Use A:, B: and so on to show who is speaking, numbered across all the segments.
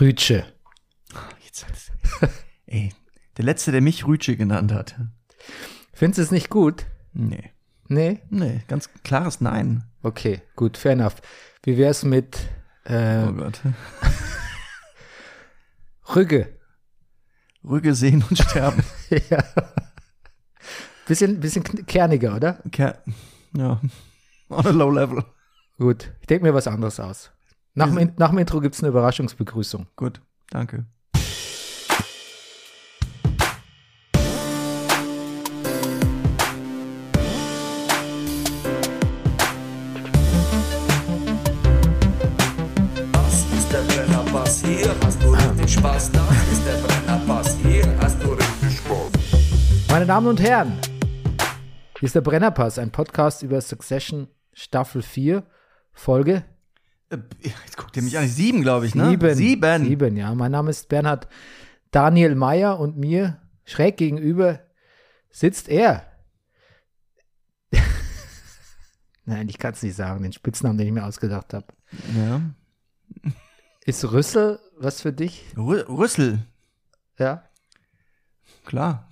A: Rütsche.
B: Jetzt hat's- Ey, der Letzte, der mich Rütsche genannt hat.
A: Findest du es nicht gut?
B: Nee.
A: Nee?
B: Nee, ganz klares Nein.
A: Okay, gut, fair enough. Wie wär's mit äh,
B: Oh Gott.
A: Rügge?
B: Rüge sehen und sterben.
A: ja. Bisschen, bisschen kn- kerniger, oder?
B: Ke- ja. On a low level.
A: Gut, ich denke mir was anderes aus. Nach dem, In- nach dem Intro gibt's eine Überraschungsbegrüßung.
B: Gut, danke.
C: Das ist der Brennerpass, hier hast du richtig Spaß. Das ist der Brennerpass, hier hast du richtig Spaß.
A: Meine Damen und Herren, hier ist der Brennerpass, ein Podcast über Succession Staffel 4, Folge
B: Äh, Jetzt guckt ihr mich an. Sieben, glaube ich, ne?
A: Sieben.
B: Sieben.
A: Sieben, ja. Mein Name ist Bernhard Daniel Meyer und mir schräg gegenüber sitzt er. Nein, ich kann es nicht sagen, den Spitznamen, den ich mir ausgedacht habe.
B: Ja.
A: Ist Rüssel was für dich?
B: Rü Rüssel.
A: Ja.
B: Klar.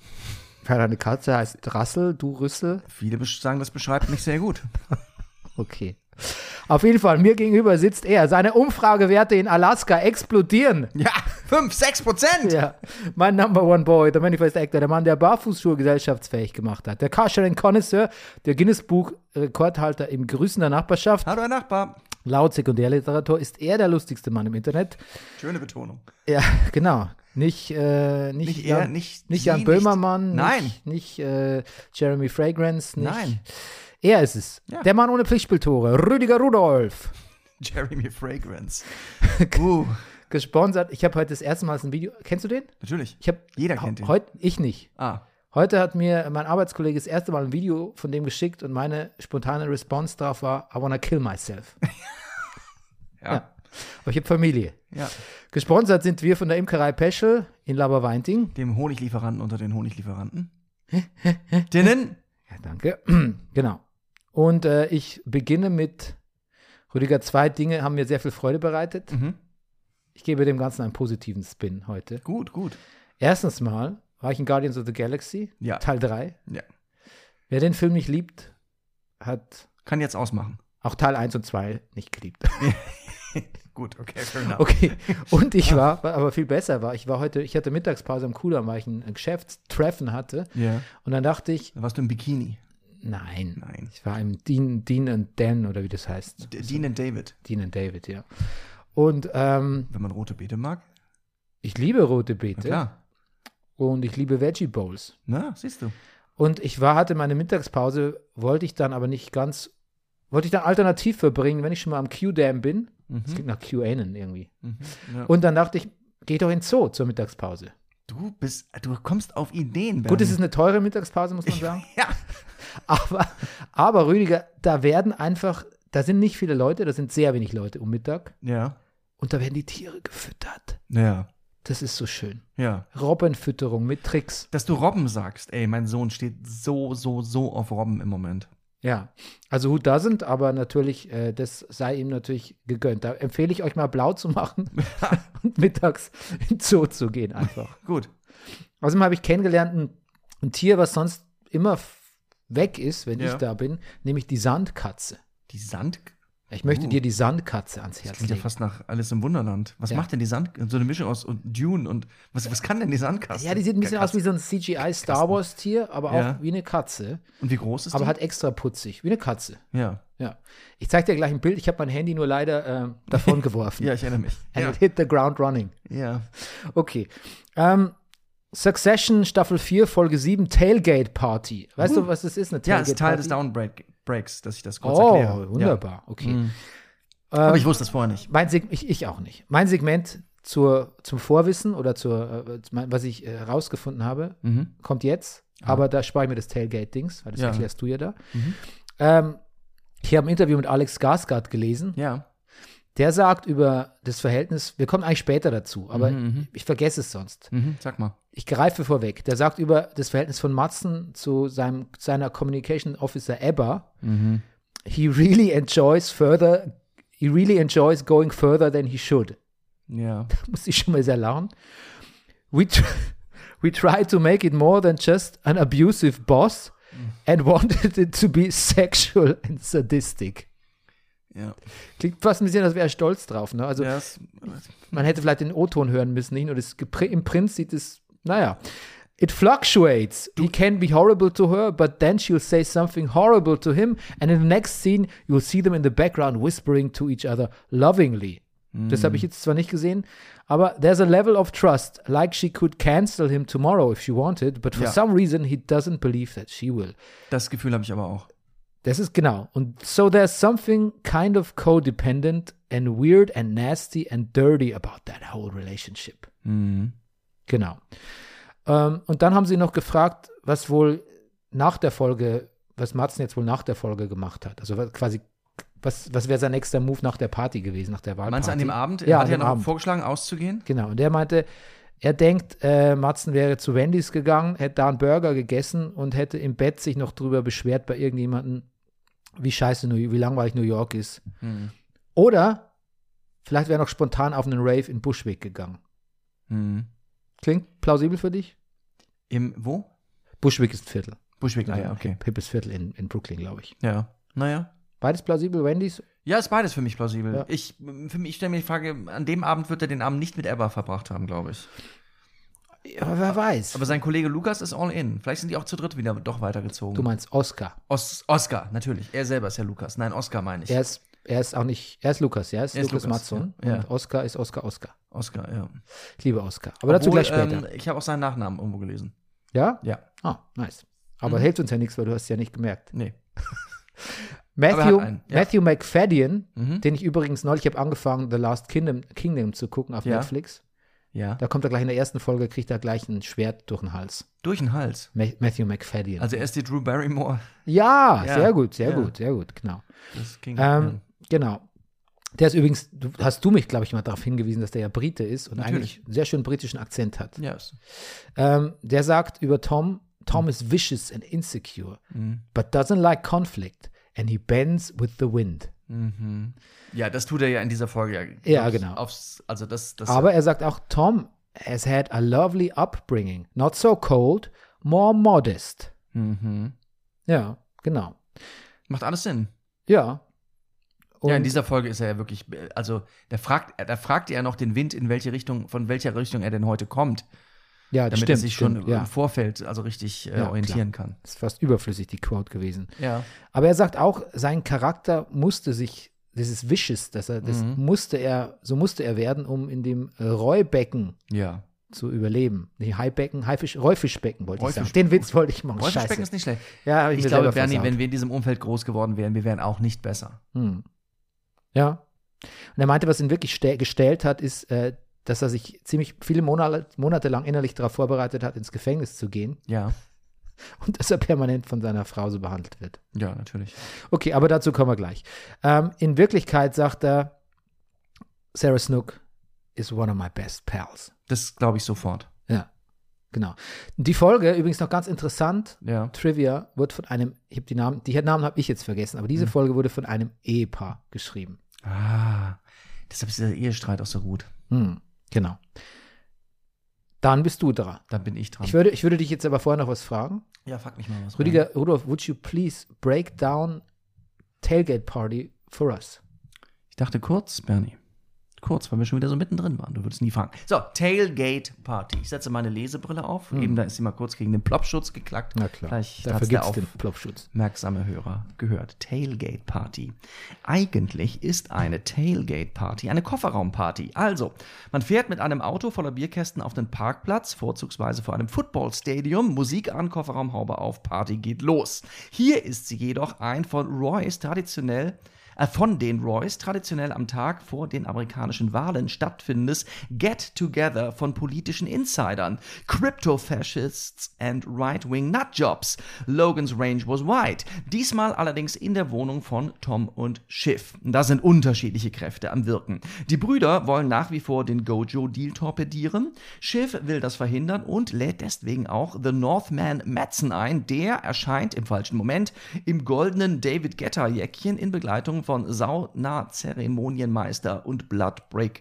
A: Weil deine Katze heißt Rassel, du Rüssel.
B: Viele besch- sagen, das beschreibt mich sehr gut.
A: Okay. Auf jeden Fall, mir gegenüber sitzt er. Seine Umfragewerte in Alaska explodieren.
B: Ja, fünf, sechs Prozent.
A: Ja, mein Number One Boy, der Manifest Actor, der Mann, der Barfußschuhe gesellschaftsfähig gemacht hat, der Carsharing Connoisseur, der Guinness Buch Rekordhalter im Grüßen der Nachbarschaft.
B: Hallo, Herr Nachbar.
A: Laut Sekundärliteratur ist er der lustigste Mann im Internet.
B: Schöne Betonung.
A: Ja, genau. Nicht, äh, nicht,
B: Nicht
A: Jan,
B: er, nicht
A: nicht
B: sie,
A: Jan
B: nicht-
A: Böhmermann,
B: Nein.
A: nicht, nicht äh, Jeremy Fragrance, nicht.
B: Nein.
A: Er ist es.
B: Ja.
A: Der Mann ohne Pflichtspieltore, Rüdiger Rudolf.
B: Jeremy Fragrance. Uh,
A: Gesponsert. Ich habe heute das erste Mal ein Video. Kennst du den?
B: natürlich.
A: Ich hab,
B: Jeder kennt ihn.
A: Heute, ich nicht.
B: Ah,
A: Heute hat mir mein Arbeitskollege das erste Mal ein Video von dem geschickt und meine spontane Response darauf war, I wanna kill myself.
B: ja.
A: Aber ich habe Familie.
B: Ja.
A: Gesponsert sind wir von der Imkerei Peschel in Laberweinting.
B: Dem Honiglieferanten unter den Honiglieferanten. Dinnen.
A: Ja, danke. genau. Und äh, ich beginne mit, Rüdiger, zwei Dinge haben mir sehr viel Freude bereitet.
B: Mhm.
A: Ich gebe dem Ganzen einen positiven Spin heute.
B: Gut, gut.
A: Erstens mal war ich in Guardians of the Galaxy,
B: Ja.
A: Teil 3.
B: Ja.
A: Wer den Film nicht liebt, hat
B: Kann jetzt ausmachen.
A: auch Teil 1 und 2 nicht geliebt.
B: Gut, okay, fair enough.
A: Okay. Und ich
B: Ah.
A: war, aber viel besser war, ich war heute, ich hatte Mittagspause am Kudamm, weil ich ein Geschäftstreffen hatte.
B: Ja.
A: Und dann dachte ich,
B: Dann warst du im Bikini.
A: nein.
B: Nein.
A: Ich war im Dean, Dean and Dan oder wie das heißt.
B: D Dean and David,
A: Dean and David, ja. Und ähm,
B: wenn man rote Beete mag.
A: ich liebe rote
B: Na
A: Beete
B: klar.
A: und ich liebe Veggie Bowls.
B: Na, siehst du.
A: Und ich war, hatte meine Mittagspause, wollte ich dann aber nicht ganz, wollte ich dann alternativ verbringen, wenn ich schon mal am Q-Dam bin. Das klingt nach QAnon irgendwie.
B: Mhm. Ja.
A: Und dann dachte ich, geh doch ins Zoo zur Mittagspause.
B: Du bist, du kommst auf Ideen.
A: Gut, es
B: Bernie.
A: ist eine teure Mittagspause, muss man sagen.
B: Ja.
A: Aber, aber Rüdiger, da werden einfach, da sind nicht viele Leute, da sind sehr wenig Leute um Mittag
B: Ja.
A: und da werden die Tiere gefüttert.
B: Ja.
A: Das ist so schön.
B: Ja.
A: Robbenfütterung mit Tricks.
B: Dass du Robben sagst, ey, mein Sohn steht so, so, so auf Robben im Moment.
A: Ja, also Hut da sind, aber natürlich, äh, das sei ihm natürlich gegönnt. Da empfehle ich euch mal blau zu machen und mittags in den Zoo zu gehen einfach.
B: Gut.
A: Außerdem habe ich kennengelernt, ein, ein Tier, was sonst immer f- weg ist, wenn
B: Ja.
A: ich da bin, nämlich die Sandkatze.
B: Die Sand.
A: Ich möchte
B: Uh.
A: dir die Sandkatze ans
B: Das
A: Herz
B: klingt ja
A: legen.
B: fast nach Alles im Wunderland. Was
A: Ja.
B: macht denn die Sand? So eine Mischung aus und Dune und was, was kann denn die Sandkasten?
A: Ja, die sieht ein bisschen aus wie so ein CGI-Star Wars-Tier, aber auch
B: Ja.
A: wie eine Katze.
B: Und wie groß ist
A: Aber
B: die?
A: halt extra putzig, wie eine Katze.
B: ja.
A: Ja. Ich zeig dir gleich ein Bild. Ich habe mein Handy nur leider äh, davon geworfen.
B: ja, ich erinnere mich.
A: And
B: Ja.
A: it hit the ground running.
B: ja.
A: Okay. Ähm, Succession Staffel 4, Folge 7, Tailgate Party. Weißt du, was das ist? Eine
B: Uh. ja
A: Tailgate
B: ist Teil
A: Party?
B: des Downbreaks, dass ich das kurz
A: Oh,
B: erkläre. Ja. Mhm.
A: wunderbar. Okay.
B: Aber ich wusste das vorher nicht.
A: mein Seg ich, ich auch nicht. Mein Segment zur, zum Vorwissen oder zur, äh, zu mein- was ich äh, herausgefunden habe, kommt jetzt. Aber da spare ich mir das Tailgate-Dings, weil das
B: Ja. Mhm.
A: erklärst du ja da. Ähm, ich habe ein Interview mit Alex Garsgard gelesen.
B: Ja.
A: Der sagt über das Verhältnis, wir kommen eigentlich später dazu, aber ich vergesse es sonst.
B: Mhm. Sag mal.
A: Ich greife vorweg. Der sagt über das Verhältnis von Matzen zu seinem, seiner Communication Officer Ebba. He really enjoys further, he really enjoys going further than he should.
B: Ja.
A: muss ich schon mal sehr lachen. We, tr we tried to make it more than just an abusive boss and wanted it to be sexual and sadistic.
B: Ja.
A: Klingt fast ein bisschen, als wäre er stolz drauf. Ne? Also
B: ja es,
A: man hätte vielleicht den O-Ton hören müssen, nicht nur das Gepr im Print sieht es, naja. It fluctuates. He can be horrible to her, but then she'll say something horrible to him, and in the next scene you'll see them in the background whispering to each other lovingly. Das habe ich jetzt zwar nicht gesehen, aber there's a level of trust, like she could cancel him tomorrow if she wanted, but for
B: Ja.
A: some reason he doesn't believe that she will.
B: das Gefühl habe ich aber auch.
A: Das ist genau. Und so there's something kind of codependent and weird and nasty and dirty about that whole relationship.
B: Mhm.
A: Genau. Ähm, und dann haben sie noch gefragt, was wohl nach der Folge, was Marzen jetzt wohl nach der Folge gemacht hat. Also was- quasi, was, was wäre sein nächster Move nach der Party gewesen, nach der Wahlparty?
B: Meinst du an dem Abend? Er
A: Ja,
B: hat
A: an
B: ja
A: dem
B: noch
A: Abend.
B: vorgeschlagen, auszugehen.
A: Genau. Und er meinte, er denkt, äh, Matzen wäre zu Wendys gegangen, hätte da einen Burger gegessen und hätte im Bett sich noch drüber beschwert bei irgendjemandem, wie scheiße, New, wie langweilig New York ist.
B: Mhm.
A: Oder vielleicht wäre er noch spontan auf einen Rave in Bushwick gegangen.
B: Mhm.
A: Klingt plausibel für dich?
B: Im, wo?
A: Bushwick ist ein Viertel.
B: Bushwick, ah
A: Also
B: ja, okay.
A: hip- Hippes Viertel in, in Brooklyn, glaube ich.
B: Ja, naja.
A: Beides plausibel, Wendys?
B: Ja, ist beides für mich plausibel.
A: Ja.
B: Ich, für mich stelle mir die Frage, an dem Abend wird er den Abend nicht mit Ebba verbracht haben, glaube ich.
A: Ja, wer weiß.
B: Aber sein Kollege Lukas ist all in. Vielleicht sind die auch zu dritt wieder doch
A: du
B: weitergezogen.
A: meinst Oscar.
B: Os Oscar, natürlich. Er selber ist ja Lukas. Nein, Oscar meine ich.
A: Er ist, er ist auch nicht, er ist Lukas, ja? Er ist,
B: Er ist
A: Lukas,
B: Lukas,
A: Matzon.
B: ja, ja.
A: Und Oscar ist Oscar Oscar.
B: Oscar, ja.
A: Ich liebe Oscar. Aber dazu gleich später.
B: Ähm, ich habe auch seinen Nachnamen irgendwo gelesen.
A: ja?
B: Ja,
A: Ah, nice. Aber
B: Mhm.
A: hilft uns ja nichts, weil du hast es ja nicht gemerkt.
B: nee. er hat
A: Matthew,
B: einen, ja.
A: Matthew McFadden,
B: Mhm.
A: den ich übrigens neulich habe angefangen, The Last Kingdom, Kingdom zu gucken auf
B: Ja.
A: Netflix.
B: Ja.
A: Da kommt er gleich in der ersten Folge, kriegt er gleich ein Schwert durch den Hals.
B: Durch den Hals.
A: Ma- Matthew McFadden.
B: Also er ist die Drew Barrymore.
A: ja,
B: Ja,
A: sehr gut, sehr
B: ja.
A: gut, sehr gut, genau.
B: Das ging.
A: Ähm, genau. Der ist übrigens, du, hast du mich, glaube ich, mal darauf hingewiesen, dass der ja Brite ist und
B: Natürlich.
A: eigentlich einen sehr schönen britischen Akzent hat.
B: ja, ist,
A: Ähm, der sagt über Tom, Tom is vicious and insecure,
B: Mhm.
A: but doesn't like conflict and he bends with the wind.
B: mhm. ja, das tut er ja in dieser Folge.
A: Ja,
B: Aufs-
A: genau.
B: Aufs, also das, das
A: Aber er sagt auch, Tom has had a lovely upbringing, not so cold, more modest.
B: mhm.
A: Ja, genau.
B: macht alles Sinn.
A: Ja. Und
B: ja, in dieser Folge ist er ja wirklich, äh, also da fragt, er- da fragt er noch den Wind, in welche Richtung, von welcher Richtung er denn heute kommt,
A: ja,
B: damit
A: stimmt,
B: er sich
A: stimmt,
B: schon
A: ja.
B: im Vorfeld also richtig äh,
A: Ja,
B: orientieren kann.
A: Ist fast überflüssig, die Quote gewesen.
B: Ja.
A: Aber er sagt auch, sein Charakter musste sich, dieses Wishes, dass er, das
B: Mhm.
A: musste er, so musste er werden, um in dem äh, Reubecken
B: Ja.
A: zu überleben. Nee, Haibecken, Haifisch, Reufischbecken wollte ich sagen.
B: Reufisch-
A: Den Witz wollte ich machen.
B: Wolfsbecken
A: Oh, Scheiße.
B: ist nicht schlecht.
A: Ja, hab
B: Ich,
A: mir
B: glaube,
A: selber
B: Bernie,
A: versaut.
B: wenn wir in diesem Umfeld groß geworden wären, wir wären auch nicht besser.
A: Hm. Ja. Und er meinte, was ihn wirklich ste- gestellt hat, ist, äh, dass er sich ziemlich viele Monate, Monate lang innerlich darauf vorbereitet hat, ins Gefängnis zu gehen
B: Ja.
A: und dass er permanent von seiner Frau so behandelt wird.
B: Ja, natürlich.
A: Okay, aber dazu kommen wir gleich. Ähm, in Wirklichkeit sagt er, Sarah Snook is one of my best pals.
B: Das glaube ich sofort.
A: Ja, genau. Die Folge, übrigens noch ganz interessant,
B: Ja.
A: Trivia, wird von einem, ich habe die Namen, die Namen habe ich jetzt vergessen, aber diese Folge wurde von einem Ehepaar geschrieben.
B: Ah. Deshalb ist dieser Ehestreit auch so gut.
A: Hm, genau. Dann bist du dran.
B: Dann bin ich dran.
A: Ich würde, ich würde dich jetzt aber vorher noch was fragen.
B: ja, frag mich mal was. Rüdiger.
A: Rüdiger, Rudolf, would you please break down Tailgate Party for us?
B: Ich dachte kurz, Bernie. Kurz, weil wir schon wieder so mittendrin waren. Du würdest nie fragen. So, Tailgate Party. Ich setze meine Lesebrille auf. Eben da ist sie mal kurz gegen den Plopschutz geklackt.
A: Hm.
B: Vielleicht
A: Dafür
B: hat's
A: gibt
B: der
A: es den
B: auf,
A: Plopschutz.
B: aufmerksame Hörer gehört. Tailgate Party. Eigentlich ist eine Tailgate Party eine Kofferraumparty. Also, man fährt mit einem Auto voller Bierkästen auf den Parkplatz, vorzugsweise vor einem Footballstadium, Musik an, Kofferraumhaube auf, Party geht los. Hier ist sie jedoch ein von Royce traditionell äh, von den Royce traditionell am Tag vor den amerikanischen Wahlen stattfindendes Get-Together von politischen Insidern, Crypto-Fascists and Right-Wing Nutjobs. Logans Range was wide. Diesmal allerdings in der Wohnung von Tom und Schiff. Da sind unterschiedliche Kräfte am Wirken. Die Brüder wollen nach wie vor den Gojo-Deal torpedieren. Schiff will das verhindern und lädt deswegen auch The Northman Madsen ein. Der erscheint im falschen Moment im goldenen David Guetta-Jäckchen in Begleitung von Sauna-Zeremonienmeister und Bloodbreak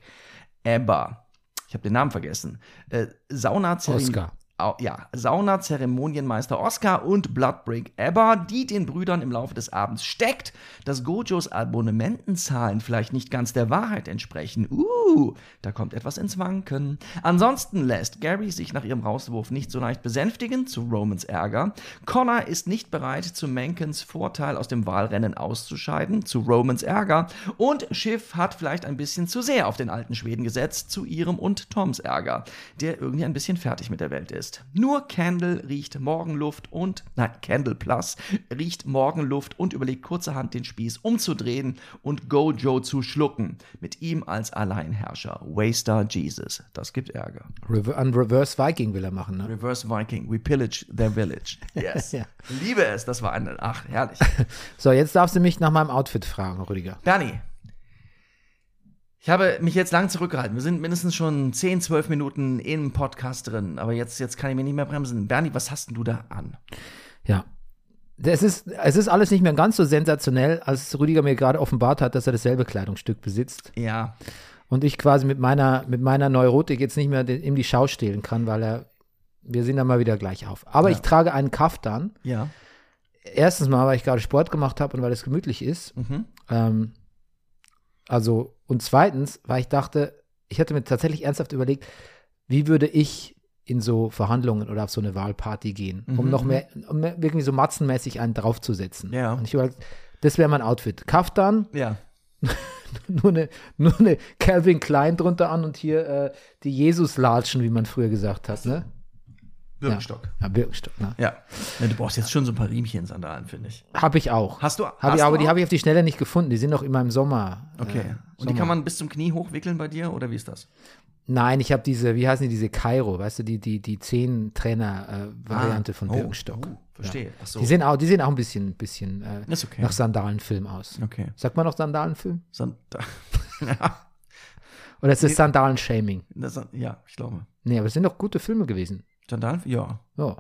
B: ABBA. Ich habe den Namen vergessen. Äh, Saunazeremon-
A: Oscar.
B: Au- ja, Sauna-Zeremonienmeister Oscar und Bloodbreak Ebba, die den Brüdern im Laufe des Abends steckt, dass Gojos Abonnementenzahlen vielleicht nicht ganz der Wahrheit entsprechen. Uh, da kommt etwas ins Wanken. Ansonsten lässt Gary sich nach ihrem Rauswurf nicht so leicht besänftigen, zu Romans Ärger. Connor ist nicht bereit, zu Menkens Vorteil aus dem Wahlrennen auszuscheiden, zu Romans Ärger. Und Schiff hat vielleicht ein bisschen zu sehr auf den alten Schweden gesetzt, zu ihrem und Toms Ärger, der irgendwie ein bisschen fertig mit der Welt ist. Nur Candle riecht Morgenluft und, nein, Candle Plus riecht Morgenluft und überlegt kurzerhand den Spieß umzudrehen und Gojo zu schlucken. Mit ihm als Alleinherrscher. Waster Jesus. Das gibt Ärger.
A: Rever an Reverse Viking will er machen, ne?
B: Reverse Viking, we pillage their village. Yes.
A: Ja.
B: Liebe es, das war ein, ach, herrlich.
A: So, jetzt darfst du mich nach meinem Outfit fragen, Rüdiger.
B: Bernie, ich habe mich jetzt lang zurückgehalten. Wir sind mindestens schon 10, 12 Minuten im Podcast drin, aber jetzt, jetzt kann ich mich nicht mehr bremsen. Bernie, was hast denn du da an?
A: Ja. Es ist, es ist alles nicht mehr ganz so sensationell, als Rüdiger mir gerade offenbart hat, dass er dasselbe Kleidungsstück besitzt.
B: Ja,
A: Und ich quasi mit meiner, mit meiner Neurotik jetzt nicht mehr de- ihm die Schau stehlen kann, weil er. Wir sehen dann mal wieder gleich auf. Aber ich trage einen Kaftan.
B: ja.
A: Erstens mal, weil ich gerade Sport gemacht habe und weil es gemütlich ist.
B: Mhm.
A: Ähm, also, und zweitens, weil ich dachte, ich hätte mir tatsächlich ernsthaft überlegt, wie würde ich in so Verhandlungen oder auf so eine Wahlparty gehen, um
B: Mhm.
A: noch mehr, um mehr- irgendwie so matzenmäßig einen draufzusetzen.
B: Ja.
A: Und ich überlegt, das wäre mein Outfit. Kaftan,
B: Ja.
A: nur eine, nur eine Calvin Klein drunter an und hier äh, die Jesus-Latschen, wie man früher gesagt hat. Ne?
B: Birkenstock.
A: Ja, Birkenstock, ne?
B: Ja. Na, Du brauchst jetzt schon so ein paar Riemchen-Sandalen, finde ich.
A: Habe ich auch.
B: Hast du-
A: Hab
B: hast
A: ich,
B: du
A: aber die
B: auch?
A: habe ich auf die Schnelle nicht gefunden. Die sind noch immer im Sommer.
B: Okay.
A: äh,
B: Und die
A: Sommer-
B: kann man bis zum Knie hochwickeln bei dir oder wie ist das?
A: Nein, ich habe diese, wie heißen die, diese Kairo, weißt du, die, die, die Zehn-Trainer-Variante
B: Ah,
A: von
B: oh,
A: Birkenstock.
B: oh, verstehe. Ach so.
A: Die, sehen auch, die sehen auch ein bisschen, bisschen äh,
B: Ist okay.
A: nach Sandalenfilm aus.
B: Okay.
A: Sagt man noch Sandalenfilm?
B: Sand ja,
A: Oder ist das Sandalenshaming?
B: das, ja, ich glaube.
A: Nee, aber es sind doch gute Filme gewesen.
B: Sandalen? Ja.
A: Ja.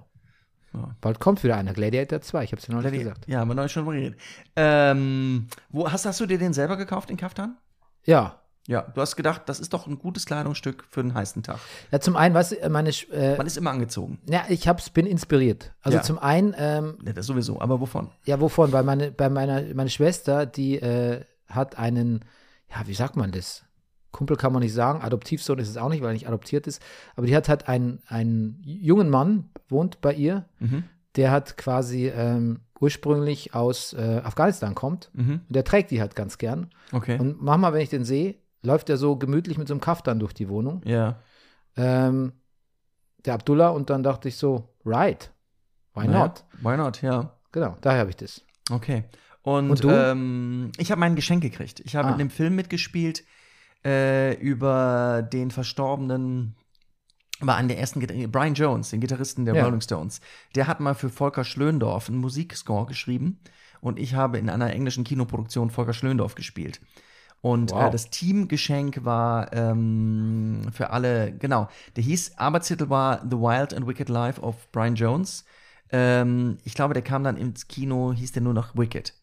B: Ja.
A: Bald kommt wieder einer. Gladiator 2, ich habe es ja noch nicht gesagt.
B: Ja, haben wir neulich schon drüber geredet. Ähm, wo, hast, hast du dir den selber gekauft, den Kaftan?
A: Ja.
B: Ja, du hast gedacht, das ist doch ein gutes Kleidungsstück für den heißen Tag.
A: ja, zum einen, weißt du, meine, Sch- äh,
B: Man ist immer angezogen.
A: ja, ich hab's, bin inspiriert. Also
B: Ja.
A: zum einen, ähm,
B: Ja, das sowieso, aber wovon?
A: ja, wovon? Bei, meine, bei meiner meine Schwester, die äh, hat einen, ja, wie sagt man das? Kumpel kann man nicht sagen, Adoptivsohn ist es auch nicht, weil er nicht adoptiert ist. Aber die hat halt einen, einen jungen Mann, wohnt bei ihr,
B: Mhm.
A: der hat quasi ähm, ursprünglich aus äh, Afghanistan kommt.
B: Mhm.
A: Und der trägt die halt ganz gern.
B: Okay.
A: Und manchmal, wenn ich den sehe, läuft er so gemütlich mit so einem Kaftan durch die Wohnung.
B: ja.
A: Ähm, der Abdullah und dann dachte ich so, right, why
B: Naja,
A: not?
B: Why not, ja.
A: Genau, daher habe ich das.
B: Okay. Und,
A: Und du?
B: Ähm, ich habe mein Geschenk gekriegt. Ich habe
A: Ah.
B: in dem Film mitgespielt äh, über den verstorbenen, war an der ersten, Gita- äh, Brian Jones, den Gitarristen der
A: Ja.
B: Rolling Stones. Der hat mal für Volker Schlöndorff einen Musikscore geschrieben und ich habe in einer englischen Kinoproduktion Volker Schlöndorff gespielt. Und
A: Wow.
B: äh, das Teamgeschenk war ähm, für alle, genau. Der hieß, Arbeitstitel war The Wild and Wicked Life of Brian Jones. Ähm, ich glaube, der kam dann ins Kino, hieß der nur noch Wicked.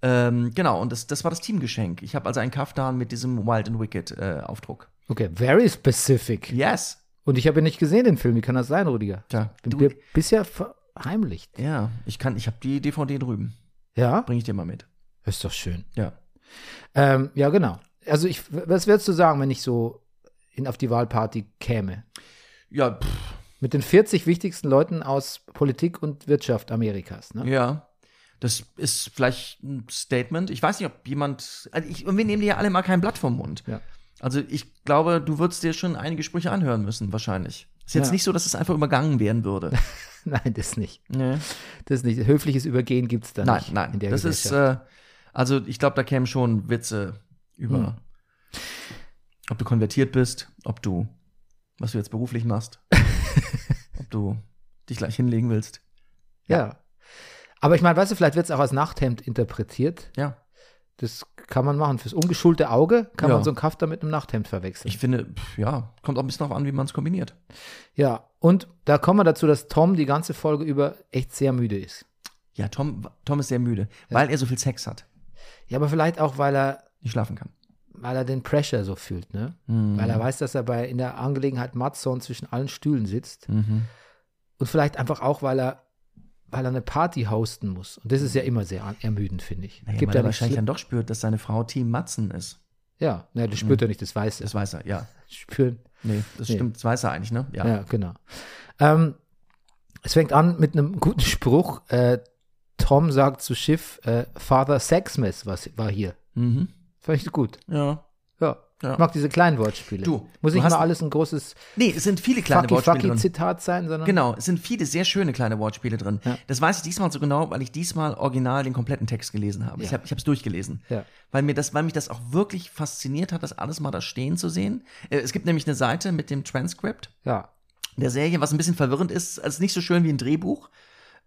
B: Ähm, genau, und das, das war das Teamgeschenk. Ich habe also einen Kaftan mit diesem Wild and Wicked äh, Aufdruck.
A: Okay, very specific.
B: Yes!
A: Und ich habe ja nicht gesehen, den Film. Wie kann das sein, Rüdiger?
B: Tja,
A: Bin
B: du-
A: bi- bisher verheimlicht.
B: Ja, ich kann, ich habe die DVD drüben.
A: Ja,
B: Bring ich dir mal mit.
A: ist doch schön.
B: Ja.
A: Ähm, ja, genau. Also, ich, was würdest du sagen, wenn ich so in, auf die Wahlparty käme?
B: Ja, pff,
A: Mit den 40 wichtigsten Leuten aus Politik und Wirtschaft Amerikas. Ne?
B: ja. Das ist vielleicht ein Statement. Ich weiß nicht, ob jemand. Also ich, und wir nehmen dir ja alle mal kein Blatt vom Mund.
A: Ja.
B: Also ich glaube, du würdest dir schon einige Sprüche anhören müssen, wahrscheinlich. Ist jetzt
A: Ja.
B: nicht so, dass es einfach übergangen werden würde.
A: Nein, das nicht.
B: nee.
A: Das nicht. Höfliches Übergehen gibt es da
B: Nein,
A: nicht.
B: nein.
A: In der
B: das ist,
A: Gesellschaft.
B: äh, also ich glaube, da kämen schon Witze über,
A: Hm.
B: ob du konvertiert bist, ob du, was du jetzt beruflich machst, ob du dich gleich hinlegen willst.
A: ja. Aber ich meine, weißt du, vielleicht wird es auch als Nachthemd interpretiert.
B: Ja,
A: Das kann man machen. Fürs ungeschulte Auge kann
B: Ja.
A: man so einen Kafter mit einem Nachthemd verwechseln.
B: ich finde, pf, ja, kommt auch ein bisschen darauf an, wie man es kombiniert.
A: Ja, und da kommen wir dazu, dass Tom die ganze Folge über echt sehr müde ist.
B: Ja, Tom, Tom ist sehr müde, weil er so viel Sex hat,
A: Ja, aber vielleicht auch, weil er,
B: nicht schlafen kann. Mhm.
A: weil er den Pressure so fühlt, ne? Weil er weiß, dass er bei in der Angelegenheit Matson zwischen allen Stühlen sitzt.
B: Mhm.
A: Und vielleicht einfach auch, weil er, weil er eine Party hosten muss. Und das ist ja immer sehr an- ermüdend, finde ich.
B: Naja,
A: Gibt
B: weil
A: ja
B: er
A: nichts
B: wahrscheinlich
A: Schlimm-
B: dann doch spürt, dass seine Frau Team Matzen ist.
A: Ja, ne, das spürt er nicht, das weiß er.
B: Mhm. Das weiß er, ja.
A: Spüren.
B: Nee, das
A: Nee.
B: stimmt, das weiß er eigentlich, ne? Ja.
A: Ja, genau. Ähm, es fängt an mit einem guten Spruch. Äh, Tom sagt zu Schiff, äh, Father Sexmas was, war hier.
B: Mhm.
A: Fand ich gut.
B: ja.
A: Ja.
B: Ja.
A: Ich mag diese kleinen Wortspiele.
B: Du,
A: Muss
B: du
A: nicht
B: hast-
A: mal alles ein großes
B: Nee, es sind viele kleine Wortspiele drin.
A: Fucky-Fucky-Zitat sein, sondern.
B: Genau, es sind viele sehr schöne kleine Wortspiele drin.
A: Ja.
B: Das weiß ich diesmal so genau, weil ich diesmal original den kompletten Text gelesen habe. Ich habe es durchgelesen.
A: Ja.
B: Weil, mir das, weil mich das auch wirklich fasziniert hat, das alles mal da stehen zu sehen. Äh, Es gibt nämlich eine Seite mit dem Transkript
A: Ja.
B: der Serie, was ein bisschen verwirrend ist. Also nicht so schön wie ein Drehbuch.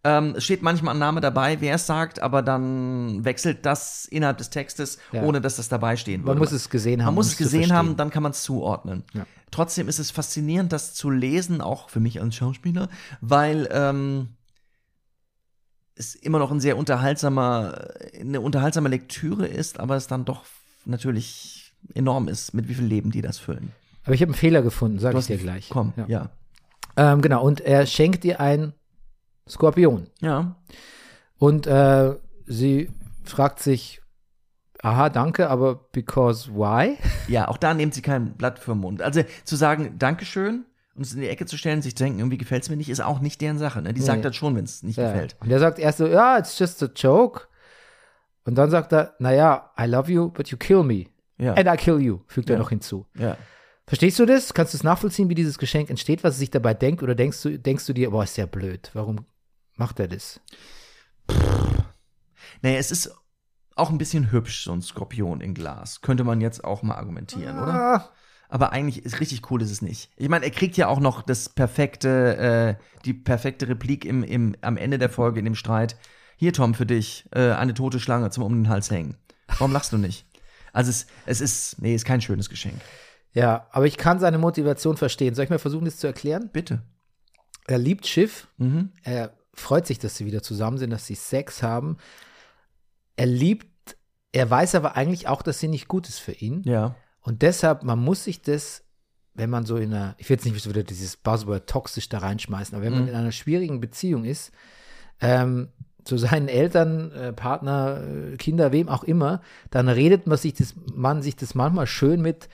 B: Ähm, es steht manchmal ein Name dabei, wer es sagt, aber dann wechselt das innerhalb des Textes,
A: Ja.
B: ohne dass das dabei stehen würde.
A: Man muss es gesehen haben.
B: Man muss
A: um
B: es
A: zu
B: gesehen haben,
A: verstehen.
B: dann kann man es zuordnen.
A: Ja.
B: Trotzdem ist es faszinierend, das zu lesen, auch für mich als Schauspieler, weil ähm, es immer noch ein sehr unterhaltsamer, eine unterhaltsame Lektüre ist, aber es dann doch natürlich enorm ist, mit wie viel Leben die das füllen.
A: Aber ich habe einen Fehler gefunden,
B: Du
A: sage ich
B: hast-
A: dir gleich.
B: Komm,
A: Ja.
B: ja.
A: Ähm, genau, und er schenkt ihr einen Skorpion.
B: Ja,
A: Und äh, sie fragt sich, aha, danke, aber because why?
B: ja, auch da nimmt sie kein Blatt für den Mund. Also zu sagen, Dankeschön und es in die Ecke zu stellen, sich zu denken, irgendwie gefällt es mir nicht, ist auch nicht deren Sache. Ne? Die sagt das schon, wenn es nicht
A: Ja.
B: gefällt.
A: Und er sagt erst so, ja, it's just a joke. Und dann sagt er, naja, I love you, but you kill me.
B: Ja.
A: And I kill you, fügt er
B: Ja.
A: noch hinzu.
B: ja.
A: Verstehst du das? Kannst du es nachvollziehen, wie dieses Geschenk entsteht, was es sich dabei denkt? Oder denkst du, denkst du dir, boah, ist ja blöd, warum macht er das?
B: Naja, es ist auch ein bisschen hübsch, so ein Skorpion in Glas. Könnte man jetzt auch mal argumentieren, oder?
A: Ah,
B: Aber eigentlich ist richtig cool, ist es nicht. Ich meine, er kriegt ja auch noch das perfekte, äh, die perfekte Replik im, im, am Ende der Folge in dem Streit. Hier, Tom, für dich, äh, eine tote Schlange zum um den Hals hängen. Warum lachst du nicht? Also es, es ist, nee, ist kein schönes Geschenk.
A: Ja, aber ich kann seine Motivation verstehen. Soll ich mal versuchen, das zu erklären?
B: Bitte.
A: Er liebt Schiff.
B: Mhm.
A: Er freut sich, dass sie wieder zusammen sind, dass sie Sex haben. Er liebt, er weiß aber eigentlich auch, dass sie nicht gut ist für ihn.
B: Ja.
A: Und deshalb, man muss sich das, wenn man so in einer, ich will jetzt nicht wieder dieses Buzzword toxisch da reinschmeißen, aber wenn man
B: Mhm.
A: in einer schwierigen Beziehung ist, ähm, zu seinen Eltern, äh, Partner, äh, Kinder, wem auch immer, dann redet man sich das, man sich das manchmal schön mit,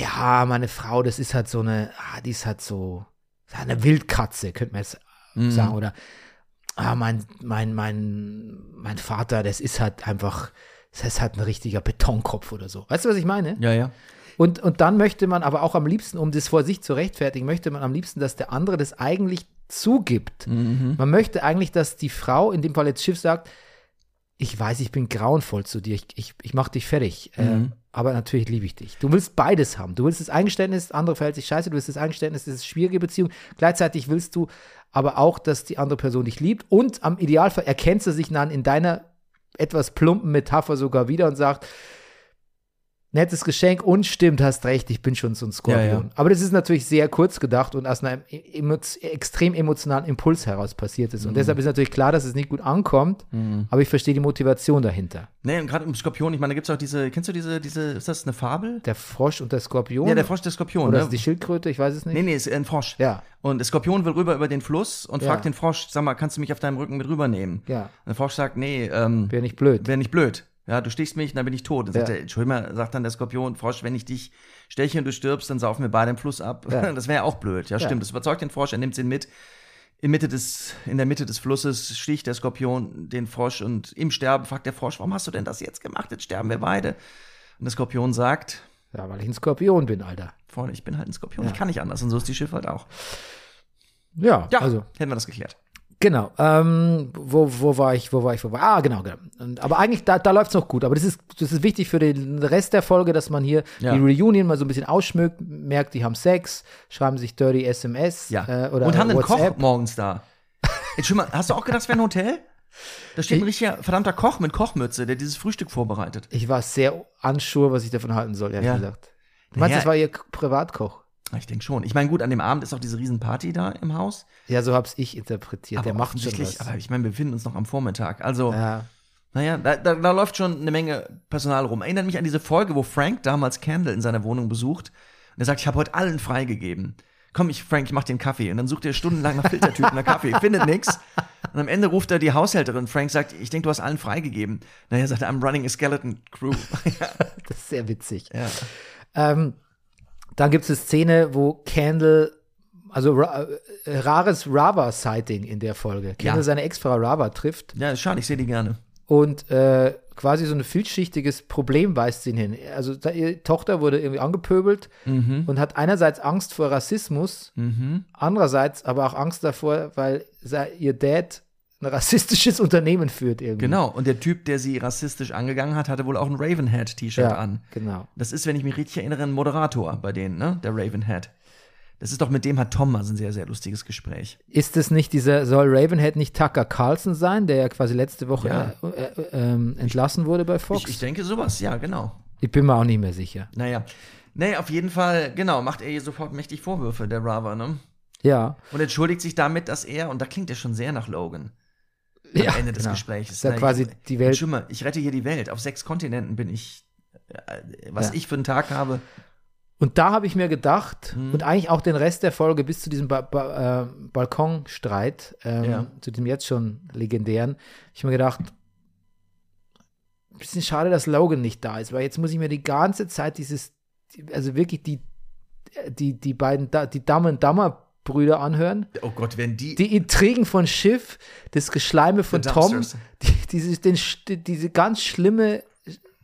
A: ja, meine Frau, das ist halt so eine, ah, die ist halt so, eine Wildkatze, könnte man jetzt
B: Mhm.
A: sagen, oder ah, mein, mein, mein, mein Vater, das ist halt einfach, das ist halt ein richtiger Betonkopf oder so. Weißt du, was ich meine?
B: Ja, ja.
A: Und, und dann möchte man aber auch am liebsten, um das vor sich zu rechtfertigen, möchte man am liebsten, dass der andere das eigentlich zugibt. Man möchte eigentlich, dass die Frau, in dem Fall jetzt Schiff, sagt, ich weiß, ich bin grauenvoll zu dir, ich, ich, ich mach dich fertig.
B: Mhm.
A: Ähm, aber natürlich liebe ich dich. Du willst beides haben. Du willst das Eingeständnis, der andere verhält sich scheiße, du willst das Eingeständnis, das ist eine schwierige Beziehung. Gleichzeitig willst du aber auch, dass die andere Person dich liebt und am Idealfall erkennt sie sich dann in deiner etwas plumpen Metapher sogar wieder und sagt, nettes Geschenk und stimmt, hast recht, ich bin schon so ein Skorpion.
B: Ja, ja.
A: Aber das ist natürlich sehr kurz gedacht und aus einem emo extrem emotionalen Impuls heraus passiert ist. Und
B: Mhm.
A: deshalb ist natürlich klar, dass es nicht gut ankommt, aber ich verstehe die Motivation dahinter.
B: Nee, und gerade im Skorpion, ich meine, da gibt's auch diese, kennst du diese, diese, ist das eine Fabel?
A: Der Frosch und der Skorpion.
B: Ja, der Frosch der Skorpion,
A: Oder
B: ne?
A: ist die Schildkröte, ich weiß es nicht.
B: Nee, nee, ist äh, ein Frosch.
A: Ja.
B: Und der Skorpion will rüber über den Fluss und
A: Ja.
B: fragt den Frosch, sag mal, kannst du mich auf deinem Rücken mit rübernehmen?
A: Ja.
B: Und der Frosch sagt, nee, ähm,
A: Wäre nicht blöd.
B: wäre nicht blöd. Ja, du stichst mich, dann bin ich tot. Dann sagt
A: Ja.
B: er, Entschuldigung, mal, sagt dann der Skorpion, Frosch, wenn ich dich steche und du stirbst, dann saufen wir beide im Fluss ab.
A: Ja.
B: Das wäre ja auch blöd. Ja, stimmt. Das überzeugt den Frosch, er nimmt ihn mit. In, Mitte des, in der Mitte des Flusses sticht der Skorpion den Frosch und im Sterben fragt der Frosch, warum hast du denn das jetzt gemacht? Jetzt sterben wir beide. Und der Skorpion sagt,
A: Ja, weil ich ein Skorpion bin, Alter.
B: Freunde, ich bin halt ein Skorpion,
A: Ja.
B: ich kann nicht anders. Und so ist die Schifffahrt auch.
A: Ja,
B: Ja,
A: also,
B: hätten wir das geklärt.
A: genau. Ähm, wo, wo war ich, wo war ich, wo war Ah, genau, genau. Und, aber eigentlich, da, da läuft es noch gut. Aber das ist, das ist wichtig für den Rest der Folge, dass man hier
B: Ja.
A: die Reunion mal so ein bisschen ausschmückt, merkt, die haben Sex, schreiben sich dirty SMS
B: Ja.
A: äh, oder
B: und haben einen
A: WhatsApp.
B: Koch morgens da. Jetzt schon mal, hast du auch gedacht, es wäre ein Hotel? Da steht ein richtiger verdammter Koch mit Kochmütze, der dieses Frühstück vorbereitet.
A: Ich war sehr unsure, was ich davon halten soll, ehrlich
B: Ja.
A: gesagt. Du meinst,
B: Naja.
A: das war ihr K- Privatkoch?
B: Ah, Ich denke schon. Ich meine, gut, an dem Abend ist auch diese Riesenparty da im Haus.
A: Ja, so hab's ich interpretiert. Der macht schon
B: offensichtlich-
A: was.
B: Aber ich meine, wir befinden uns noch am Vormittag. Also,
A: ja.
B: Naja, da, da, da läuft schon eine Menge Personal rum. Erinnert mich an diese Folge, wo Frank damals Candle in seiner Wohnung besucht und er sagt, ich habe heute allen freigegeben. Komm, ich, Frank, ich mach den Kaffee. Und dann sucht er stundenlang nach Filtertypen nach Kaffee, findet nichts. Und am Ende ruft er die Haushälterin. Frank sagt, ich denke, du hast allen freigegeben. Naja, sagt er, I'm running a skeleton crew. ja.
A: Das ist sehr witzig.
B: Ja.
A: Ähm, dann gibt es eine Szene, wo Candle, also ra äh, rares Rava-Sighting in der Folge. Candle
B: Ja.
A: seine Ex-Frau Rava trifft
B: ja, ist schade, ich sehe die gerne.
A: und äh, quasi so ein vielschichtiges Problem weist ihn hin. Also da, ihre Tochter wurde irgendwie angepöbelt
B: Mhm.
A: und hat einerseits Angst vor Rassismus, andererseits aber auch Angst davor, weil sei, ihr Dad ein rassistisches Unternehmen führt irgendwie.
B: Genau, und der Typ, der sie rassistisch angegangen hat, hatte wohl auch ein Ravenhead-T-Shirt
A: Ja,
B: an.
A: genau.
B: Das ist, wenn ich mich richtig erinnere, ein Moderator bei denen, ne? Der Ravenhead. Das ist doch, mit dem hat Thomas ein sehr, sehr lustiges Gespräch.
A: Ist es nicht dieser, soll Ravenhead nicht Tucker Carlson sein, der ja quasi letzte Woche
B: Ja.
A: äh, äh, ähm, entlassen wurde bei Fox?
B: Ich, ich denke sowas, ja, genau.
A: Ich bin mir auch nicht mehr sicher.
B: Naja. Naja, auf jeden Fall, genau, macht er ihr sofort mächtig Vorwürfe, der Rava, ne?
A: Ja.
B: Und entschuldigt sich damit, dass er, und da klingt er schon sehr nach Logan, am
A: ja
B: Ende des
A: genau.
B: Gesprächs.
A: Ist ja
B: Na,
A: quasi
B: ich,
A: die Welt.
B: Schau mal, ich rette hier die Welt. Auf sechs Kontinenten bin ich. äh, Was
A: Ja.
B: ich für einen Tag habe.
A: Und da habe ich mir gedacht,
B: Mhm.
A: und eigentlich auch den Rest der Folge bis zu diesem ba ba äh, Balkonstreit, ähm,
B: Ja.
A: zu dem jetzt schon legendären, ich habe mir gedacht, bisschen schade, dass Logan nicht da ist, weil jetzt muss ich mir die ganze Zeit dieses, also wirklich die, äh, die, die beiden, Da- die Damm und Dammer Brüder anhören.
B: Oh Gott, wenn die.
A: die Intrigen von Schiff, das Geschleime von
B: The
A: Tom,
B: Dumpsters.
A: die, diese, den, sch- diese ganz schlimme,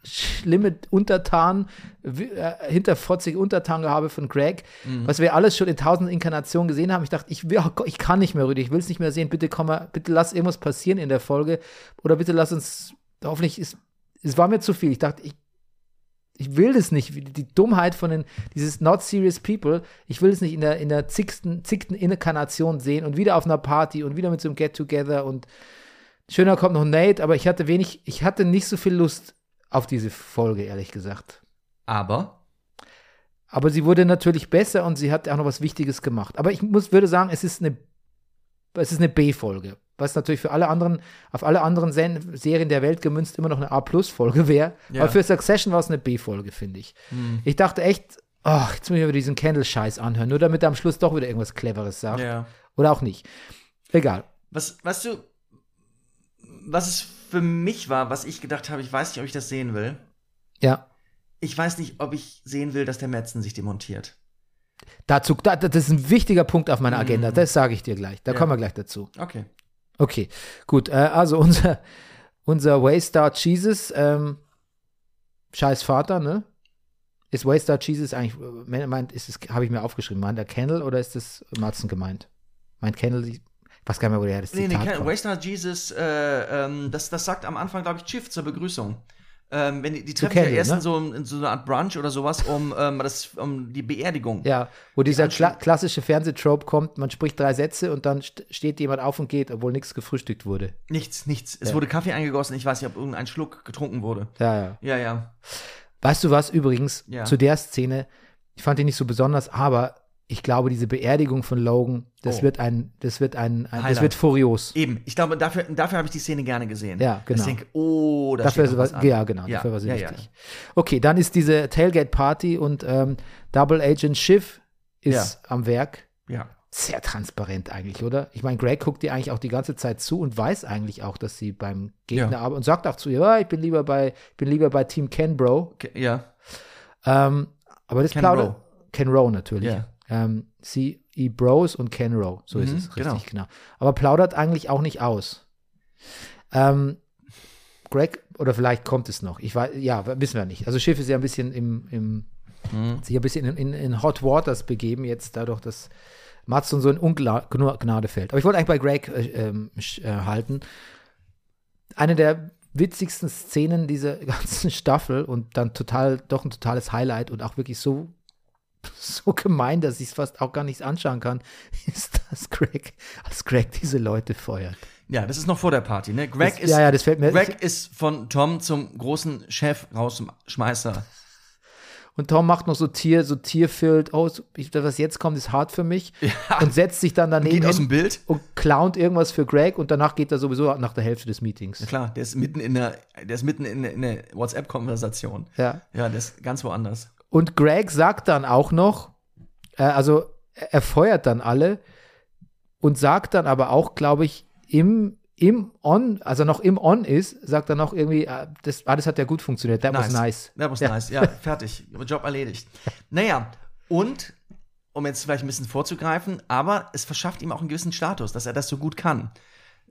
A: schlimme Untertan, w- äh, hinterfotzige Untertangehabe von Greg, was wir alles schon in tausend Inkarnationen gesehen haben. Ich dachte, ich, will, oh Gott, ich kann nicht mehr, Rüdiger, ich will es nicht mehr sehen. Bitte komm mal, bitte lass irgendwas passieren in der Folge oder bitte lass uns, hoffentlich ist, es war mir zu viel. Ich dachte, ich, ich will das nicht, wie- die Dummheit von den, dieses not serious people, ich will es nicht in der, in der zigsten, zigten Inkarnation sehen und wieder auf einer Party und wieder mit so einem Get-Together und schöner kommt noch Nate, aber ich hatte wenig, ich hatte nicht so viel Lust auf diese Folge, ehrlich gesagt.
B: Aber
A: Aber sie wurde natürlich besser und sie hat auch noch was Wichtiges gemacht. Aber ich muss, würde sagen, es ist eine, es ist eine B-Folge. Was natürlich für alle anderen, auf alle anderen Sen Serien der Welt gemünzt immer noch eine A-Plus-Folge wäre.
B: Ja.
A: Aber für Succession war es eine B-Folge, finde ich.
B: hm.
A: Ich dachte echt, ach, jetzt muss ich mir diesen Candle-Scheiß anhören, nur damit er am Schluss doch wieder irgendwas Cleveres sagt.
B: Ja.
A: Oder auch nicht. Egal.
B: Was, was du, was es für mich war, was ich gedacht habe, ich weiß nicht, ob ich das sehen will.
A: Ja.
B: Ich weiß nicht, ob ich sehen will, dass der Metzen sich demontiert.
A: Dazu, da, das ist ein wichtiger Punkt auf meiner Agenda,
B: Mhm.
A: das sage ich dir gleich. Da
B: Ja.
A: kommen wir gleich dazu.
B: Okay.
A: Okay, gut. Äh, also unser, unser Waystar Jesus, ähm, scheiß Vater, ne? Ist Waystar Jesus eigentlich, äh, meint, ist es, habe ich mir aufgeschrieben, meint er Kendall oder ist das Matzen gemeint? Meint Kendall, ich weiß gar nicht mehr, woher das
B: Nee,
A: Zitat
B: nee, kein,
A: kommt.
B: Waystar Jesus, äh, ähm, das, das sagt am Anfang, glaube ich, Chief zur Begrüßung. Ähm, wenn die, die treffen sich ja
A: Kendall,
B: erst
A: ne?
B: in, so, in so einer Art Brunch oder sowas um, ähm, das, um die Beerdigung.
A: Ja, wo dieser
B: Anschlü-
A: kla klassische Fernsehtrope kommt, man spricht drei Sätze und dann st steht jemand auf und geht, obwohl nichts gefrühstückt wurde.
B: Nichts, nichts. Es
A: Ja.
B: wurde Kaffee eingegossen, ich weiß nicht, ob irgendein Schluck getrunken wurde.
A: Ja, ja.
B: Ja, ja.
A: Weißt du was übrigens
B: Ja.
A: zu der Szene? Ich fand die nicht so besonders, aber ich glaube, diese Beerdigung von Logan, das
B: Oh.
A: wird ein, das wird ein, ein das
B: Highlight.
A: wird furios.
B: Eben, ich glaube, dafür, dafür habe ich die Szene gerne gesehen.
A: Ja,
B: Dass Ich
A: genau.
B: denke, oh, da
A: Dafür
B: steht
A: ist
B: noch
A: was,
B: was an.
A: ja, genau,
B: Ja,
A: dafür war sie
B: ja, ja.
A: wichtig. Okay, dann ist diese Tailgate-Party und ähm, Double Agent Schiff ist am Werk.
B: Ja.
A: Sehr transparent eigentlich, oder? Ich meine, Greg guckt ihr eigentlich auch die ganze Zeit zu und weiß eigentlich auch, dass sie beim Gegner
B: Ja.
A: arbeitet und sagt auch zu ihr, "Ah, ich bin lieber bei, ich bin lieber bei Team Ken Bro.
B: Okay, ja.
A: Ähm, aber das
B: Ken
A: plaudert.
B: Rowe.
A: Ken Rowe natürlich.
B: Ja.
A: Ähm, CE Bros und Ken Rowe, so ist
B: Mhm,
A: es, richtig,
B: genau.
A: genau. Aber plaudert eigentlich auch nicht aus. Ähm, Greg, oder vielleicht kommt es noch. Ich weiß, ja, wissen wir nicht. Also Schiff ist ja ein bisschen im, im sich ein bisschen in, in, in Hot Waters begeben, jetzt dadurch, dass Matson so in Ungnade fällt. Aber ich wollte eigentlich bei Greg äh, ähm, sch- äh, halten. Eine der witzigsten Szenen dieser ganzen Staffel und dann total, doch ein totales Highlight und auch wirklich so, so gemein, dass ich es fast auch gar nicht anschauen kann, ist, dass Greg, als Greg diese Leute feuert.
B: Ja, das ist noch vor der Party, ne? Greg
A: Das-
B: ist
A: ja, ja, das fällt mir-
B: Greg ist von Tom zum großen Chef rausschmeißer.
A: Und Tom macht noch so Tier, so Tierfilt, oh, so- ich, was jetzt kommt, ist hart für mich. Und setzt sich dann daneben
B: Geht aus
A: hin
B: dem Bild.
A: und clownt irgendwas für Greg und danach geht er sowieso nach der Hälfte des Meetings.
B: Klar, der ist mitten in der, der ist mitten in, in der WhatsApp-Konversation.
A: Ja.
B: Ja, der ist ganz woanders.
A: Und Greg sagt dann auch noch, äh, also er er feuert dann alle und sagt dann aber auch, glaube ich, im im On, also noch im On ist, sagt dann noch irgendwie, ah, das, ah, das hat ja gut funktioniert, that was nice.
B: That was
A: Ja.
B: nice. Ja, fertig. Job erledigt. Naja, und, um jetzt vielleicht ein bisschen vorzugreifen, aber es verschafft ihm auch einen gewissen Status, dass er das so gut kann.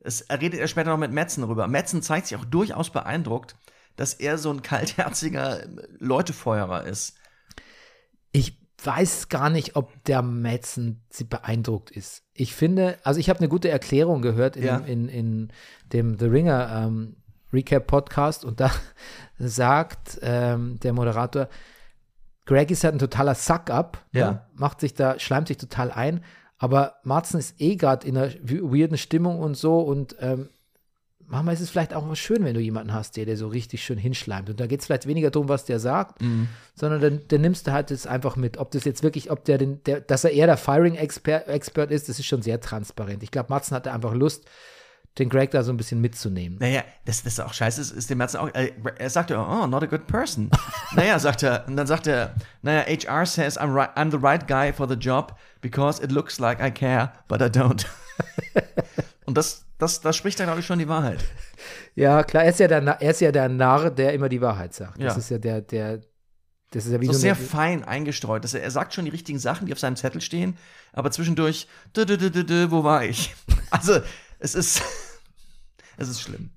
B: Es er redet er später noch mit Metzen rüber. Metzen zeigt sich auch durchaus beeindruckt, dass er so ein kaltherziger Leutefeuerer ist.
A: Ich weiß gar nicht, ob der Metzen sie beeindruckt ist. Ich finde, also ich habe eine gute Erklärung gehört in,
B: Ja.
A: in, in dem The Ringer ähm, Recap Podcast und da sagt ähm, der Moderator, Greg ist halt ein totaler Sack ab, ne?
B: Ja.
A: macht sich da, schleimt sich total ein, aber Marzen ist eh gerade in einer we- weirden Stimmung und so und ähm, manchmal ist es vielleicht auch mal schön, wenn du jemanden hast, der dir so richtig schön hinschleimt und da geht es vielleicht weniger darum, was der sagt,
B: Mhm.
A: sondern dann, dann nimmst du halt das einfach mit, ob das jetzt wirklich, ob der, den, der dass er eher der Firing-Expert Expert ist, das ist schon sehr transparent. Ich glaube, Marzen hatte einfach Lust, den Greg da so ein bisschen mitzunehmen.
B: Naja, das, das ist auch scheiße, ist, ist dem Metzen auch. Äh, er sagt ja, oh, not a good person. naja, sagt er. Und dann sagt er, naja, HR says I'm, right, I'm the right guy for the job because it looks like I care, but I don't. Und das, das, das spricht dann, glaube ich, schon die Wahrheit.
A: Ja, klar, er ist ja der, Na- er ist ja der Narr, der immer die Wahrheit sagt. Das
B: Ja.
A: ist ja der, der, das ist ja wie
B: So
A: so,
B: sehr
A: eine,
B: fein eingestreut. Dass er, er sagt schon die richtigen Sachen, die auf seinem Zettel stehen, aber zwischendurch, dü, dü, dü, dü, dü, wo war ich? Also, es ist. Es ist schlimm.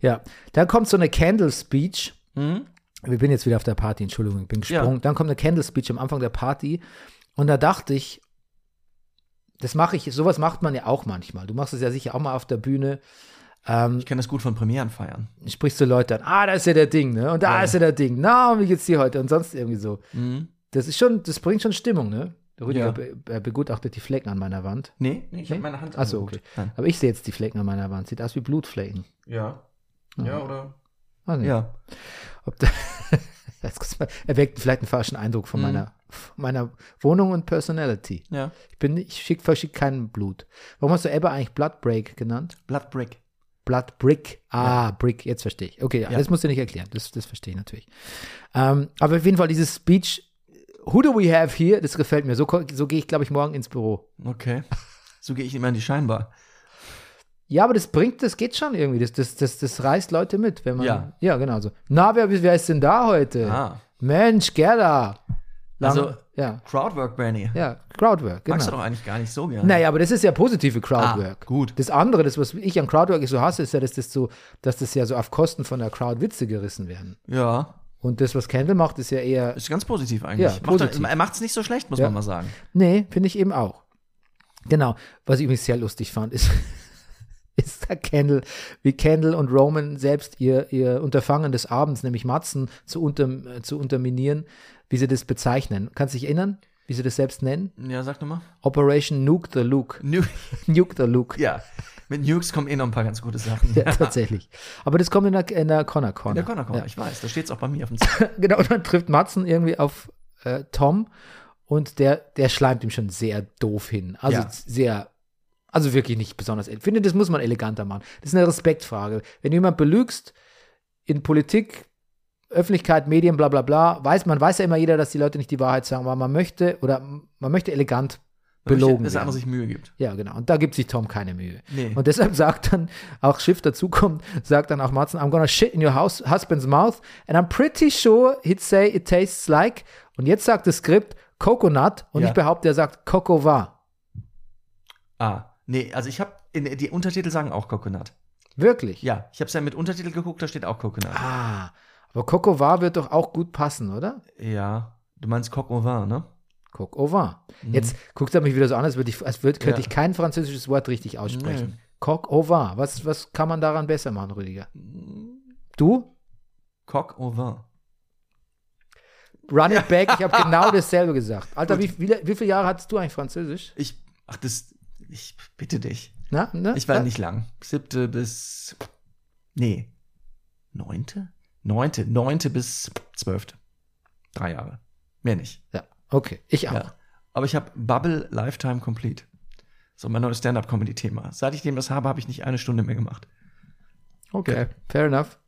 A: ja. Dann kommt so eine Candle Speech.
B: Hm?
A: Wir bin jetzt wieder auf der Party, Entschuldigung, ich bin gesprungen. Dann kommt eine Candle Speech am Anfang der Party und da dachte ich, das mache ich, sowas macht man ja auch manchmal. Du machst es ja sicher auch mal auf der Bühne, ähm,
B: Ich kenne das gut von Premieren feiern.
A: sprichst du Leute an, ah, da ist ja der Ding, ne? Und da
B: Ja.
A: ist ja der Ding. Na, und wie geht's dir heute? Und sonst irgendwie so.
B: Hm?
A: Das ist schon, das bringt schon Stimmung, ne? Der Rüdiger
B: Ja.
A: be äh, begutachtet die Flecken an meiner Wand.
B: Nee, nee, ich habe
A: Nee?
B: meine Hand
A: Ach so,
B: angeguckt.
A: okay.
B: Nein.
A: Aber ich sehe jetzt die Flecken an meiner Wand. Sieht aus wie Blutflecken.
B: Ja. Ja, oder?
A: Weiß nicht,
B: Ja.
A: ob da- Das kurz mal- erweckt vielleicht einen falschen Eindruck von
B: Mhm.
A: meiner, von meiner Wohnung und Personality.
B: Ja.
A: Ich bin, ich schick, verschicke kein Blut. Warum hast du Ebbe eigentlich Blood Break genannt?
B: Bloodbrick.
A: Blood Brick. Ah, Brick, jetzt verstehe ich. Okay,
B: Ja.
A: das musst du nicht erklären. Das, das verstehe ich natürlich. Ähm, aber auf jeden Fall dieses Speech, who do we have here, das gefällt mir. So, ko- so gehe ich, glaube ich, morgen ins Büro.
B: Okay. So gehe ich immer in die Scheinbar.
A: Ja, aber das bringt, das geht schon irgendwie. Das, das, das, das reißt Leute mit, wenn man.
B: Ja.
A: genau so. Na, wer, wer ist denn da heute?
B: Ah.
A: Mensch, Gerda. Lang-
B: Also-
A: ja,
B: Crowdwork, Bernie.
A: ja, Crowdwork,
B: Magst du
A: genau.
B: doch eigentlich gar nicht so gerne.
A: Naja, aber das ist ja positive Crowdwork.
B: Ah, gut.
A: Das andere, das, was ich an Crowdwork so hasse, ist ja, dass das so, dass das ja so auf Kosten von der Crowd Witze gerissen werden.
B: Ja.
A: Und das, was Kendall macht, ist ja eher.
B: Ist ganz positiv
A: Ja,
B: eigentlich. Macht
A: positiv.
B: er er macht's nicht so schlecht, muss
A: Ja.
B: man mal sagen.
A: Nee, finde ich eben auch. Genau. Was ich übrigens sehr lustig fand, ist, ist da Kendall, wie Kendall und Roman selbst ihr, ihr Unterfangen des Abends, nämlich Matzen, zu, unterm, äh, zu unterminieren, wie sie das bezeichnen. Kannst du dich erinnern, wie sie das selbst nennen?
B: Ja, sag nochmal.
A: Operation Nuke the Luke.
B: Nu
A: Nuke the Luke.
B: ja. Mit Nukes kommen eh noch ein paar ganz gute Sachen.
A: Ja, tatsächlich. Aber das kommt in der, in der Connor Corner.
B: Der Connor Corner, ich weiß. Da steht's auch bei mir auf dem Zettel.
A: genau, und dann trifft Matzen irgendwie auf äh, Tom und der, der schleimt ihm schon sehr doof hin. Also
B: Ja.
A: sehr, also wirklich nicht besonders. Ich finde, das muss man eleganter machen. Das ist eine Respektfrage. Wenn du jemand belügst in Politik, Öffentlichkeit, Medien, bla bla bla, weiß man weiß ja immer jeder, dass die Leute nicht die Wahrheit sagen, aber man möchte oder man möchte elegant belogen
B: Dass der andere
A: werden.
B: sich Mühe gibt.
A: Ja, genau. Und da gibt sich Tom keine Mühe.
B: Nee.
A: Und deshalb sagt dann auch Schiff dazukommt, sagt dann auch Martin, I'm gonna shit in your house, husband's mouth and I'm pretty sure he'd say it tastes like. Und jetzt sagt das Skript Coconut und
B: Ja.
A: ich behaupte, er sagt Cocova.
B: Ah. Nee, also ich habe die Untertitel sagen auch Coconut.
A: Wirklich?
B: Ja, ich habe es ja mit Untertitel geguckt, da steht auch Coconut.
A: Ah, aber Cocova wird doch auch gut passen, oder?
B: Ja. Du meinst Coq au vin, ne? Hm.
A: Cocova. Jetzt guckt er mich wieder so an, als, würde ich, als würde, könnte
B: Mhm.
A: ich
B: Ja.
A: kein französisches Wort richtig aussprechen. Cocova. Was, was kann man daran besser machen, Rüdiger? Du?
B: Coq au vin.
A: Run it back. Ich habe genau dasselbe gesagt. Alter, wie, wie, wie viele Jahre hattest du eigentlich Französisch?
B: Ich, ach, das, ich bitte dich.
A: Na, ne?
B: Ich war
A: Ja?
B: nicht lang. Siebte bis, nee, neunte? Neunte, neunte bis zwölfte. Drei Jahre. Mehr nicht.
A: Ja, okay. Ich auch.
B: Ja. Aber ich habe Bubble Lifetime Complete. So mein neues Stand-up-Comedy-Thema. Seit ich dem das habe, habe ich nicht eine Stunde mehr gemacht.
A: Okay, fair enough.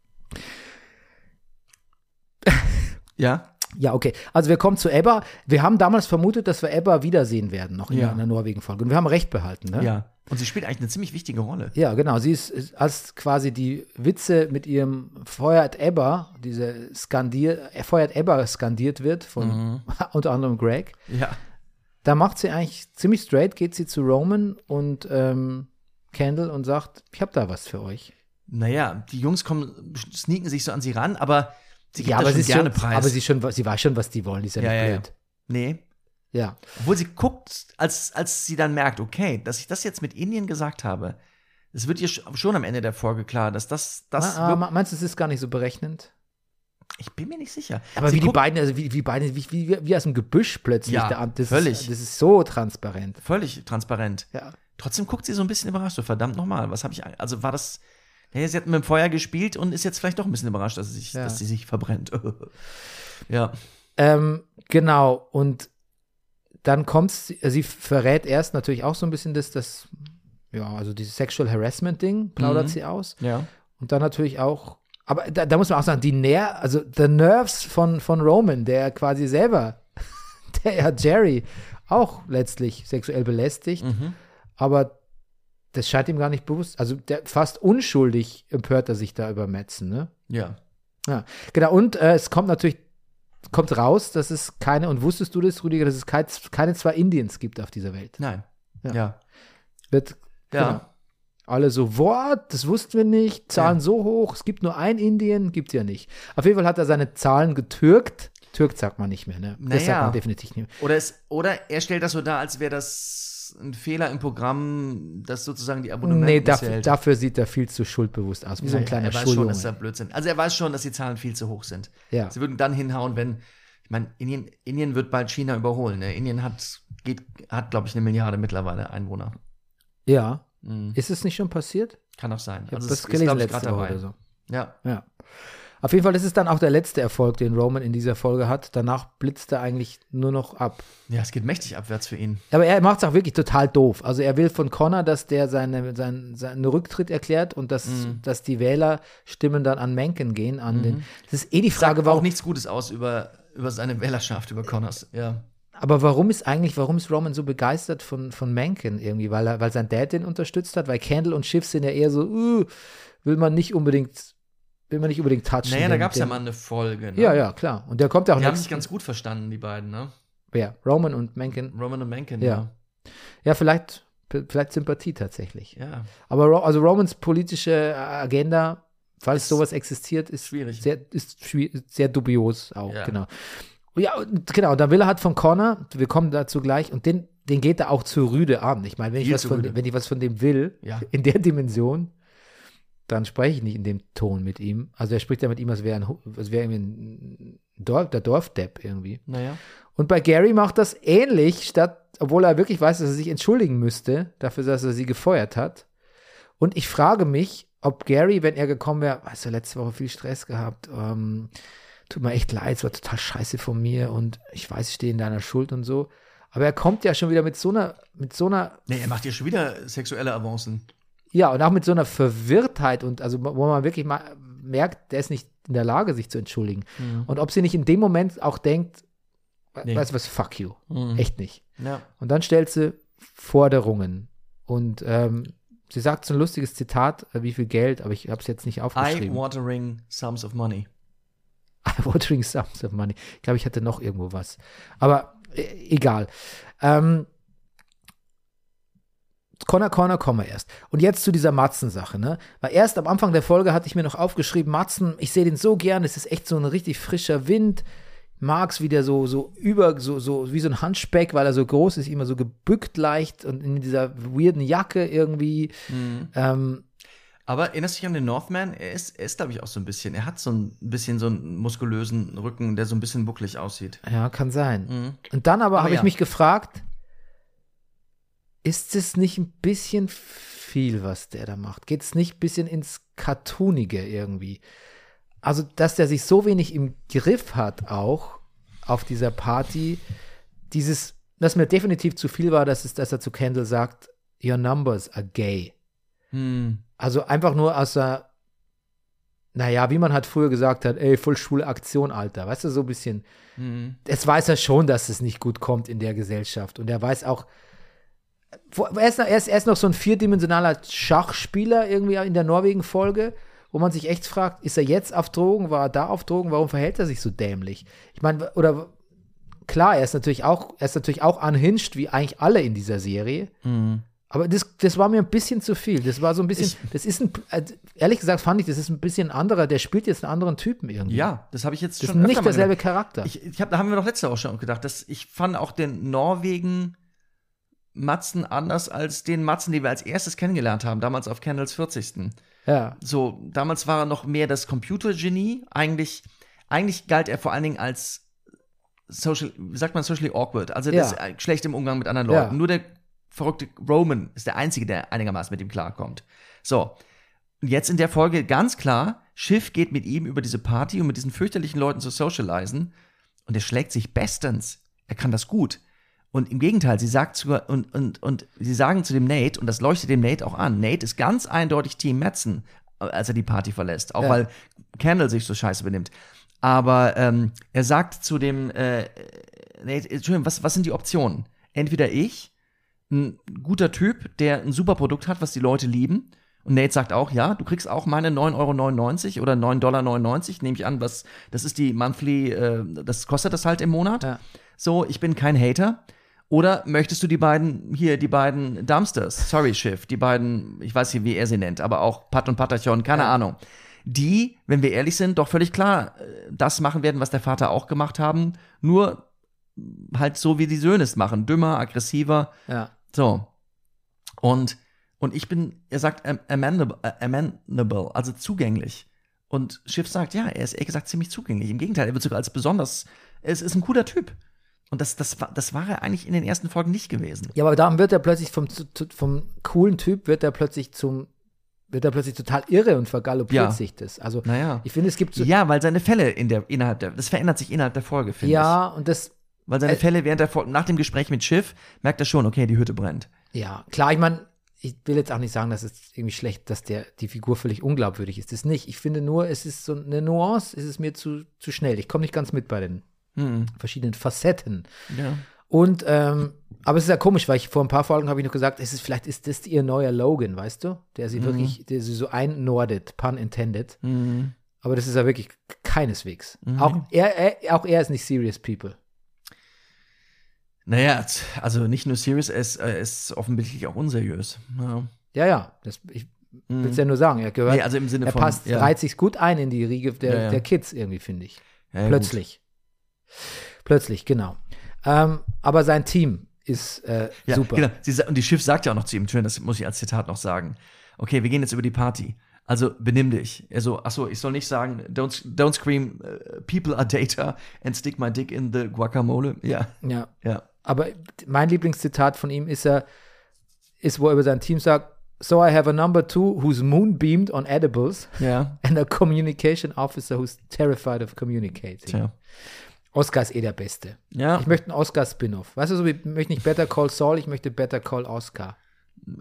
B: Ja?
A: Ja, okay. Also wir kommen zu Ebba. Wir haben damals vermutet, dass wir Ebba wiedersehen werden, noch in
B: Ja.
A: einer Norwegen-Folge. Und wir haben recht behalten, ne?
B: Ja. Und sie spielt eigentlich eine ziemlich wichtige Rolle.
A: Ja, genau. Sie ist, ist als quasi die Witze mit ihrem Feuert Ebba, diese skandier, äh, Feuert Ebba skandiert wird von
B: Mhm.
A: unter anderem Greg.
B: Ja.
A: Da macht sie eigentlich ziemlich straight, geht sie zu Roman und ähm, Candle und sagt, ich habe da was für euch.
B: Naja, die Jungs kommen, sneaken sich so an sie ran, aber sie gibt ja,
A: aber
B: das
A: sie,
B: schon
A: ist
B: gerne
A: schon,
B: Preis.
A: aber sie, ist schon, sie weiß schon, was die wollen. Die ist ja,
B: Ja,
A: nicht
B: ja, ja.
A: blöd.
B: nee.
A: Ja.
B: Obwohl sie guckt, als, als sie dann merkt, okay, dass ich das jetzt mit Indien gesagt habe, es wird ihr sch- schon am Ende der Folge klar, dass das, das
A: Ma- ah,
B: wirkt-
A: ma- meinst du, es ist gar nicht so berechnend?
B: ich bin mir nicht sicher.
A: Aber
B: sie
A: wie die
B: guckt-
A: beiden, also wie, wie beiden, wie, wie, wie aus dem Gebüsch plötzlich
B: Ja,
A: der Amt. Das
B: völlig.
A: Ist, das ist so transparent.
B: Völlig transparent.
A: Ja.
B: Trotzdem guckt sie so ein bisschen überrascht, so verdammt nochmal, was habe ich, ein- also war das, naja, sie hat mit dem Feuer gespielt und ist jetzt vielleicht doch ein bisschen überrascht, dass sie sich,
A: Ja.
B: dass sie sich verbrennt. ja.
A: Ähm, genau, und dann kommt sie, also sie verrät erst natürlich auch so ein bisschen das, das ja, also dieses Sexual Harassment-Ding, plaudert
B: Mhm.
A: sie aus.
B: Ja.
A: Und dann natürlich auch, aber da, da muss man auch sagen, die Ner also the Nerves von, von Roman, der quasi selber, der ja Jerry auch letztlich sexuell belästigt,
B: Mhm.
A: aber das scheint ihm gar nicht bewusst. Also der, fast unschuldig empört er sich da über Metzen, ne?
B: Ja.
A: Ja, genau. Und äh, es kommt natürlich kommt raus, dass es keine, und wusstest du das, Rüdiger, dass es kein, keine zwei Indiens gibt auf dieser Welt.
B: Nein.
A: Ja.
B: Ja.
A: Wird
B: Ja.
A: Genau. alle so, what, das wussten wir nicht, Zahlen
B: Ja.
A: so hoch, es gibt nur ein Indien, gibt ja nicht. Auf jeden Fall hat er seine Zahlen getürkt. Türkt sagt man nicht mehr, ne? Das sagt
B: Naja.
A: man definitiv nicht mehr.
B: Oder, es, oder er stellt das so dar, als wäre das ein Fehler im Programm, das sozusagen die Abonnementen
A: Nee, dafür,
B: zählt.
A: dafür sieht er viel zu schuldbewusst aus, wie so ein
B: Naja,
A: kleiner
B: Er weiß schon, dass da
A: Schuljunge.
B: Blödsinn. Also er weiß schon, dass die Zahlen viel zu hoch sind.
A: Ja.
B: Sie würden dann hinhauen, wenn, ich meine, Indien, Indien wird bald China überholen. Ne? Indien hat, geht, hat, glaube ich, eine Milliarde mittlerweile Einwohner.
A: Ja.
B: Mhm.
A: Ist es nicht schon passiert?
B: Kann auch sein.
A: Ich habe
B: Also es
A: das
B: ist,
A: gelesen
B: glaub ich,
A: letzte
B: grad
A: Woche
B: dabei.
A: oder so.
B: Ja.
A: Ja. Auf jeden Fall, das ist dann auch der letzte Erfolg, den Roman in dieser Folge hat. Danach blitzt er eigentlich nur noch ab.
B: ja, es geht mächtig abwärts für ihn.
A: Aber er macht es auch wirklich total doof. Also er will von Connor, dass der seine, seinen, seinen Rücktritt erklärt und dass, dass die Wählerstimmen dann an Mencken gehen. An den, das ist eh die Frage,
B: Sagt auch
A: warum.
B: nichts Gutes aus über, über seine Wählerschaft, über Connors. Ja.
A: Aber warum ist eigentlich, warum ist Roman so begeistert von, von Mencken irgendwie? Weil, er, weil sein Dad den unterstützt hat? Weil Candle und Schiff sind ja eher so, uh, will man nicht unbedingt, will man nicht unbedingt touchen.
B: Naja, da
A: den-
B: gab es ja
A: den-
B: mal eine Folge. Ne?
A: Ja, ja, klar. Und der kommt ja auch
B: Die haben
A: nächsten-
B: sich ganz gut verstanden, die beiden, ne?
A: Wer? Roman und Mencken.
B: Roman und Mencken,
A: Ja. Ja, vielleicht, vielleicht Sympathie tatsächlich.
B: Ja. ja.
A: Aber Ro also Romans politische Agenda, falls
B: Ist
A: sowas existiert, ist
B: schwierig.
A: Sehr, ist schwi- sehr dubios auch,
B: Ja.
A: genau. Ja, und genau, dann will er halt von Connor, wir kommen dazu gleich, und den, den geht er auch zu Rüde an. Ich meine, wenn, ich
B: Viel
A: was
B: zu
A: von,
B: rüde.
A: wenn ich was von dem will,
B: Ja.
A: in der Dimension, dann spreche ich nicht in dem Ton mit ihm. Also er spricht ja mit ihm, als wäre ein, Hu- als wäre irgendwie ein Dorf, der Dorfdepp irgendwie.
B: Naja.
A: Und bei Gary macht das ähnlich, statt, obwohl er wirklich weiß, dass er sich entschuldigen müsste, dafür, dass er sie gefeuert hat. Und ich frage mich, ob Gary, wenn er gekommen wäre, weißt du, letzte Woche viel Stress gehabt, ähm, tut mir echt leid, es war total scheiße von mir und ich weiß, ich stehe in deiner Schuld und so. Aber er kommt ja schon wieder mit so einer, mit so einer,
B: Nee, er macht hier schon wieder sexuelle Avancen.
A: ja, und auch mit so einer Verwirrtheit und also, wo man wirklich mal merkt, der ist nicht in der Lage, sich zu entschuldigen. Und ob sie nicht in dem Moment auch denkt, we-
B: Nee.
A: weißt du was, fuck you.
B: Mhm.
A: Echt nicht.
B: Ja.
A: Und dann stellt sie Forderungen. Und ähm, sie sagt so ein lustiges Zitat, äh, wie viel Geld, aber ich habe es jetzt nicht aufgeschrieben.
B: Eye-watering sums of money.
A: I want drink sums of money. Ich glaube, ich hatte noch irgendwo was. Aber äh, egal. Ähm, Connor, Connor, kommen wir erst. Und jetzt zu dieser Matzen-Sache, ne? Weil erst am Anfang der Folge hatte ich mir noch aufgeschrieben, Matzen, ich sehe den so gern, es ist echt so ein richtig frischer Wind. Mag's wieder so, so über, so, so, wie so ein Handspeck, weil er so groß ist, immer so gebückt leicht und in dieser weirden Jacke irgendwie.
B: Mhm.
A: Ähm,
B: Aber erinnerst du dich an den Northman? Er ist, er ist glaube ich, auch so ein bisschen. Er hat so ein bisschen so einen muskulösen Rücken, der so ein bisschen bucklig aussieht.
A: ja, kann sein.
B: Mhm.
A: Und dann aber,
B: Aber
A: habe ich
B: ja.
A: mich gefragt, ist es nicht ein bisschen viel, was der da macht? Geht es nicht ein bisschen ins Cartoonige irgendwie? Also, dass der sich so wenig im Griff hat auch, auf dieser Party dieses, was mir definitiv zu viel war, das ist, dass er zu Kendall sagt, your numbers are gay.
B: Hm.
A: Also einfach nur aus der, naja, wie man halt früher gesagt hat, ey, voll schwule Aktion, Alter. Weißt du, so ein bisschen.
B: Hm.
A: Es weiß er schon, dass es nicht gut kommt in der Gesellschaft. Und er weiß auch, wo- er ist, noch- er ist, er ist noch so ein vierdimensionaler Schachspieler irgendwie in der Norwegen-Folge, wo man sich echt fragt, ist er jetzt auf Drogen, war er da auf Drogen, warum verhält er sich so dämlich? Ich meine, oder klar, er ist natürlich auch, er ist natürlich auch unhinged, wie eigentlich alle in dieser Serie.
B: Mhm.
A: Aber das, das war mir ein bisschen zu viel. Das war so ein bisschen, das ist ein, also ehrlich gesagt fand ich, das ist ein bisschen anderer, der spielt jetzt einen anderen Typen irgendwie.
B: Ja, das habe ich jetzt
A: Das ist
B: schon öfter
A: nicht
B: mal
A: derselbe
B: gedacht.
A: Charakter.
B: Ich, ich hab, da haben wir doch letzte Woche schon gedacht, dass ich fand auch den Norwegen Matzen anders als den Matzen, den wir als erstes kennengelernt haben, damals auf Kendalls 40.
A: ja.
B: So, damals war er noch mehr das Computergenie. Eigentlich, eigentlich galt er vor allen Dingen als social, wie sagt man, socially awkward. Also das
A: Ja.
B: äh, schlecht im Umgang mit anderen
A: Ja.
B: Leuten. Nur der verrückte Roman ist der Einzige, der einigermaßen mit ihm klarkommt. So. Und jetzt in der Folge ganz klar, Schiff geht mit ihm über diese Party, um mit diesen fürchterlichen Leuten zu socialisen. Und er schlägt sich bestens. Er kann das gut. Und im Gegenteil, sie sagt sogar, und, und, und sie sagen zu dem Nate, und das leuchtet dem Nate auch an, Nate ist ganz eindeutig Team Metzen, als er die Party verlässt. Auch
A: Ja.
B: weil Kendall sich so scheiße benimmt. Aber ähm, er sagt zu dem, äh, Nate, Entschuldigung, was, was sind die Optionen? Entweder ich, ein guter Typ, der ein super Produkt hat, was die Leute lieben. Und Nate sagt auch, ja, du kriegst auch meine 9,99 Euro oder 9,99 Dollar, nehme ich an, was, das ist die monthly, äh, das kostet das halt im Monat.
A: Ja.
B: So, ich bin kein Hater. Oder möchtest du die beiden, hier, die beiden Dumpsters, sorry, Schiff, die beiden, ich weiß nicht, wie er sie nennt, aber auch Pat und Patachon, keine Ahnung. Die, wenn wir ehrlich sind, doch völlig klar äh, das machen werden, was der Vater auch gemacht haben, nur halt so, wie die Söhne es machen, dümmer, aggressiver,
A: ja.
B: so. Und, und ich bin, er sagt am- amendable, äh, amendable, also zugänglich. Und Schiff sagt, ja, er ist ehrlich gesagt ziemlich zugänglich. Im Gegenteil, er wird sogar als besonders, es ist ein cooler Typ. Und das, das, war- das war er eigentlich in den ersten Folgen nicht gewesen.
A: Ja, aber dann wird er plötzlich vom, zu- zu- vom coolen Typ wird er plötzlich zum wird er plötzlich total irre und vergaloppiert
B: Ja.
A: sich das. Also
B: Naja.
A: ich finde, es gibt so
B: Ja, weil seine Fälle in der, innerhalb der, das verändert sich innerhalb der Folge, finde ich.
A: ja und das
B: Weil seine
A: Äh,
B: Fälle während der Folge, nach dem Gespräch mit Schiff, merkt er schon, okay, die Hütte brennt.
A: ja klar. Ich meine, ich will jetzt auch nicht sagen, dass es irgendwie schlecht, dass der die Figur völlig unglaubwürdig ist. Das nicht. Ich finde nur, es ist so eine Nuance. Es ist mir zu zu schnell. Ich komme nicht ganz mit bei den
B: Hm.
A: verschiedenen Facetten.
B: Ja.
A: Und ähm, aber es ist ja komisch, weil ich vor ein paar Folgen habe ich noch gesagt, es ist vielleicht ist das ihr neuer Logan, weißt du, der
B: Mhm.
A: sie wirklich, der sie so einnordet, pun intended.
B: Hm.
A: Aber das ist er wirklich keineswegs.
B: Mhm.
A: Auch, er, er, auch er ist nicht Serious People.
B: Naja, also nicht nur serious, er ist, er ist offensichtlich auch unseriös. Ja.
A: Ja, ja. Das, ich
B: Mhm.
A: will es ja nur sagen. Er gehört.
B: Nee, also im Sinne
A: er
B: von-
A: passt,
B: ja.
A: reiht sich gut ein in die Riege der,
B: Ja, ja.
A: der Kids irgendwie, finde ich.
B: Ja, ja,
A: Plötzlich. Plötzlich, genau. Ähm, aber sein Team ist äh,
B: Ja,
A: super.
B: Genau. Sie, sa- und die Schiff sagt ja auch noch zu ihm, schön, das muss ich als Zitat noch sagen. Okay, wir gehen jetzt über die Party. Also benimm dich. Also, achso, ich soll nicht sagen, don't, don't scream, äh, people are data and stick my dick in the guacamole. Ja,
A: Ja.
B: ja.
A: Aber mein Lieblingszitat von ihm ist er, ist, wo er über sein Team sagt, So I have a number two who's moonbeamed on edibles
B: Ja.
A: and a communication officer who's terrified of communicating.
B: Tja.
A: Oscar ist eh der Beste.
B: Ja,
A: Ich möchte einen Oscar-Spin-Off. Weißt du, so, ich möchte nicht Better Call Saul, ich möchte Better Call Oscar.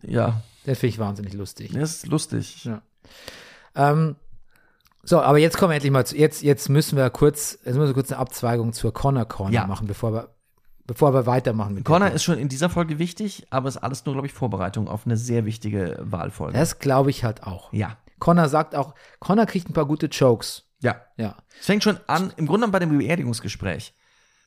B: ja.
A: Den finde ich wahnsinnig lustig.
B: Das ist lustig.
A: Ja. Ähm, so, aber jetzt kommen wir endlich mal zu. Jetzt, jetzt müssen wir kurz, jetzt müssen wir kurz eine Abzweigung zur Connor Corner
B: Ja.
A: machen, bevor wir, bevor wir weitermachen mit
B: Connor
A: der-
B: ist schon in dieser Folge wichtig, aber ist alles nur, glaube ich, Vorbereitung auf eine sehr wichtige Wahlfolge.
A: Das glaube ich halt auch.
B: Ja.
A: Connor sagt auch, Connor kriegt ein paar gute Jokes.
B: Ja.
A: Ja.
B: Es fängt schon an, im Grunde genommen bei dem Beerdigungsgespräch,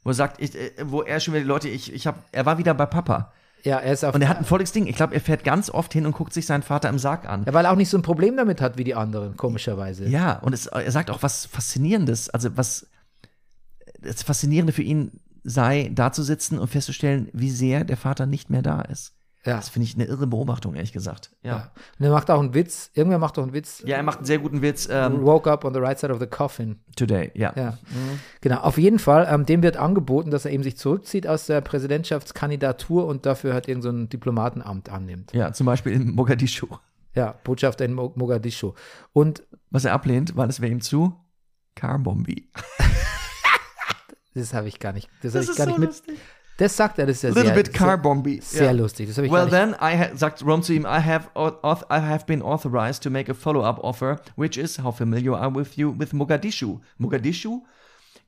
B: wo er sagt, ich, äh, wo er schon wieder die Leute, ich, ich hab, er war wieder bei Papa.
A: Ja, er ist auf.
B: Und er hat ein volles Ding. Ich glaube, er fährt ganz oft hin und guckt sich seinen Vater im Sarg an.
A: ja, weil er auch nicht so ein Problem damit hat wie die anderen, komischerweise.
B: Ja, und es, er sagt auch was Faszinierendes. Also, was das Faszinierende für ihn sei, da zu sitzen und festzustellen, wie sehr der Vater nicht mehr da ist.
A: Ja.
B: Das finde ich eine irre Beobachtung, ehrlich gesagt. Ja.
A: Und er macht auch einen Witz. Irgendwer macht auch einen Witz.
B: Ja, er macht einen sehr guten Witz. Ähm,
A: Woke up on the right side of the coffin.
B: today, ja.
A: Ja, genau. Auf jeden Fall, ähm, dem wird angeboten, dass er eben sich zurückzieht aus der Präsidentschaftskandidatur und dafür halt irgendein so ein Diplomatenamt annimmt.
B: Ja, zum Beispiel in Mogadischu.
A: Ja, Botschafter in Mo- Mogadischu. Und
B: Was er ablehnt, weil es wäre ihm zu Carbombi.
A: Das habe ich gar nicht. Das,
B: Das
A: habe ich
B: ist
A: gar
B: so
A: nicht mit.
B: lustig.
A: Das sagt er, das ist ja
B: Little
A: sehr,
B: bit car bomby.
A: sehr, sehr lustig. Das habe ich
B: Well
A: gar nicht.
B: then, I ha sagt Rome zu ihm, I have, au- auth I have been authorized to make a follow-up offer, which is how familiar are with you with Mogadishu. Mogadishu?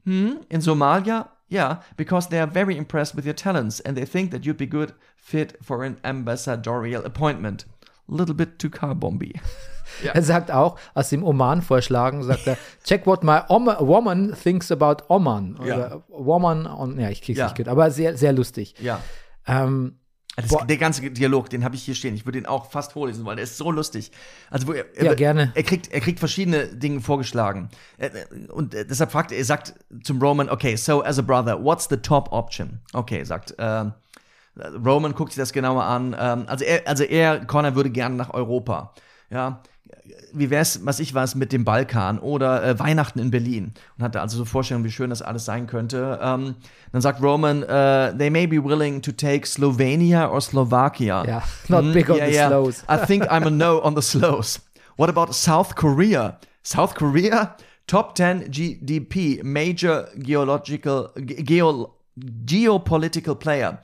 B: Hmm? In Somalia? Yeah, because they are very impressed with your talents and they think that you'd be good fit for an ambassadorial appointment. Little bit too car bomby.
A: Er sagt auch, aus dem Oman vorschlagen, sagt er, check what my Oma- woman thinks about Oman. Oder
B: Ja.
A: Woman on, ja, ich krieg's
B: Ja.
A: nicht gut, aber sehr, sehr lustig.
B: Ja.
A: Ähm,
B: Das,
A: Boah.
B: der ganze Dialog, den habe ich hier stehen. Ich würde ihn auch fast vorlesen wollen. Der ist so lustig. Also wo er,
A: Ja,
B: er,
A: gerne.
B: Er kriegt, er kriegt verschiedene Dinge vorgeschlagen. Äh, äh, Und äh, deshalb fragt er, er sagt zum Roman, okay, so as a brother, what's the top option? Okay, sagt ähm, Roman, guckt sich das genauer an. Ähm, also er, also er, Connor würde gerne nach Europa. Ja, wie wär's, was ich weiß, mit dem Balkan oder äh, Weihnachten in Berlin? Und hatte also so Vorstellungen, wie schön das alles sein könnte. Ähm, dann sagt Roman, äh, they may be willing to take Slovenia or Slovakia. Hm,
A: Ja, not big on the slows.
B: I think I'm a no on the slows. What about South Korea? South Korea, top 10 GDP, major geological, ge- geo, geopolitical player.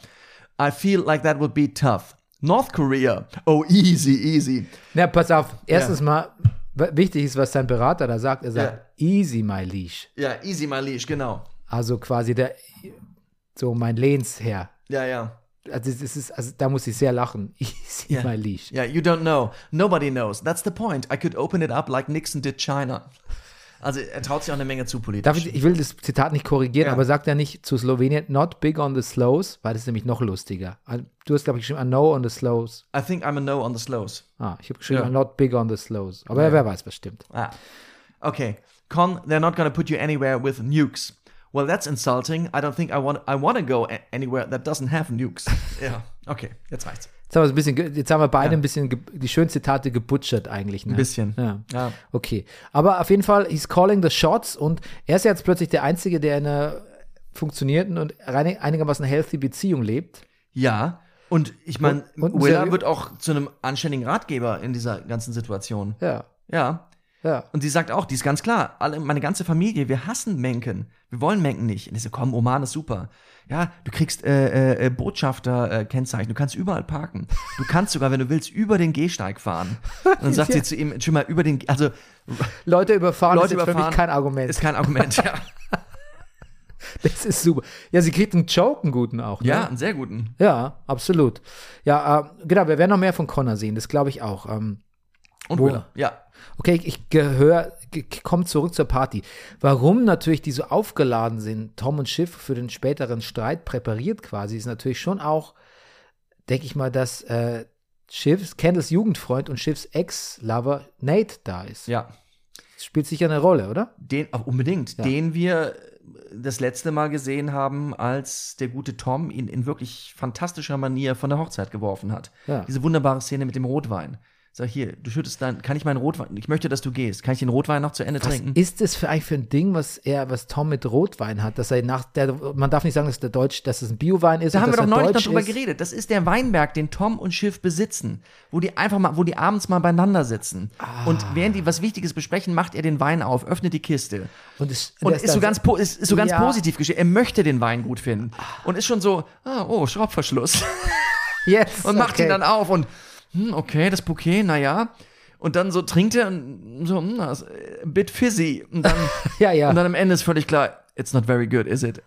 B: I feel like that would be tough. North Korea, oh easy, easy.
A: Na, pass auf. Erstens mal, w- wichtig ist, was sein Berater da sagt. Er sagt, easy, my leash.
B: Ja, easy, my leash, genau.
A: Also quasi der, so mein Lehnsherr.
B: Ja, ja.
A: Also, das ist, also da muss ich sehr lachen. Easy, my leash.
B: Yeah, you don't know. Nobody knows. That's the point. I could open it up like Nixon did China. Also er traut sich auch eine Menge zu politisch.
A: Darf ich, ich will das Zitat nicht korrigieren,
B: Ja.
A: aber sagt er nicht zu Slowenien, not big on the slows, weil das ist nämlich noch lustiger. Du hast, glaube ich, geschrieben, I know on the slows.
B: I think I'm a no on the slows.
A: Ah, ich habe geschrieben,
B: Ja.
A: I'm not big on the slows. Aber wer weiß, was stimmt.
B: Ah. Okay. Con, they're not going to put you anywhere with nukes. Well, that's insulting. I don't think I want I want to go a- anywhere that doesn't have nukes. ja. Okay, jetzt reicht's.
A: Jetzt haben wir, so ein bisschen, ge- jetzt haben wir beide ein bisschen ge- die schönen Zitate gebutschert eigentlich. Ne? Ein
B: bisschen.
A: Ja.
B: Ja.
A: Okay. Aber auf jeden Fall, he's calling the shots und er ist jetzt plötzlich der Einzige, der in einer funktionierenden und rein- einigermaßen healthy Beziehung lebt.
B: Ja. Und ich meine,
A: Und- und
B: Willa
A: seriö-
B: wird auch zu einem anständigen Ratgeber in dieser ganzen Situation.
A: Ja,
B: Ja.
A: ja.
B: Und sie sagt auch, die ist ganz klar, alle, meine ganze Familie, wir hassen Menken. Wir wollen Menken nicht. Und ich so, komm, Oman ist super. Ja, du kriegst äh, äh, äh, Botschafter-Kennzeichen, du kannst überall parken. Du kannst sogar, wenn du willst, über den Gehsteig fahren. Und dann sagt sie zu ihm, schon mal über den, also
A: Leute überfahren
B: Leute
A: ist jetzt für
B: überfahren
A: mich kein Argument.
B: ist kein Argument. ja.
A: das ist super. Ja, sie kriegt einen Joke, einen guten auch. Ne?
B: ja, einen sehr guten.
A: Ja, absolut. Ja, äh, genau, wir werden noch mehr von Connor sehen, das glaube ich auch. Ähm,
B: Und
A: Wo-
B: Willa. Ja,
A: Okay, ich- ich gehöre, komm zurück zur Party. Warum natürlich die so aufgeladen sind, Tom und Schiff für den späteren Streit präpariert quasi, ist natürlich schon auch, denke ich mal, dass äh, Schiffs, Kendalls Jugendfreund und Schiffs Ex-Lover Nate da ist.
B: ja.
A: Das spielt sicher eine Rolle, oder?
B: Den, auch unbedingt,
A: Ja.
B: den wir äh, das letzte Mal gesehen haben, als der gute Tom ihn in wirklich fantastischer Manier von der Hochzeit geworfen hat.
A: Ja.
B: Diese wunderbare Szene mit dem Rotwein. Sag hier, du schüttest dann, kann ich meinen Rotwein, ich möchte, dass du gehst, kann ich den Rotwein noch zu Ende
A: Was
B: trinken?
A: ist das für eigentlich für ein Ding, was er, was Tom mit Rotwein hat, dass er nach der, man darf nicht sagen, dass der Deutsch, dass es ein Biowein ist.
B: Da
A: und
B: haben
A: dass
B: wir doch
A: er
B: neulich noch
A: deutsch
B: drüber
A: ist.
B: geredet. Das ist der Weinberg, den Tom und Schiff besitzen, wo die einfach mal, wo die abends mal beieinander sitzen.
A: Ah.
B: Und während die was Wichtiges besprechen, macht er den Wein auf, öffnet die Kiste.
A: Und, es,
B: Und
A: das-
B: ist so
A: das-
B: ganz, po- ist, ist so ganz
A: Ja.
B: positiv geschehen. Er möchte den Wein gut finden. Und ist schon so, ah, oh, Schraubverschluss.
A: Yes,
B: und macht
A: okay.
B: ihn dann auf und hm, okay, das Bouquet, naja. Und dann so trinkt er und so, hm, das ist äh, ein bit fizzy. Und dann,
A: Ja, ja.
B: und dann am Ende ist völlig klar, it's not very good, is it?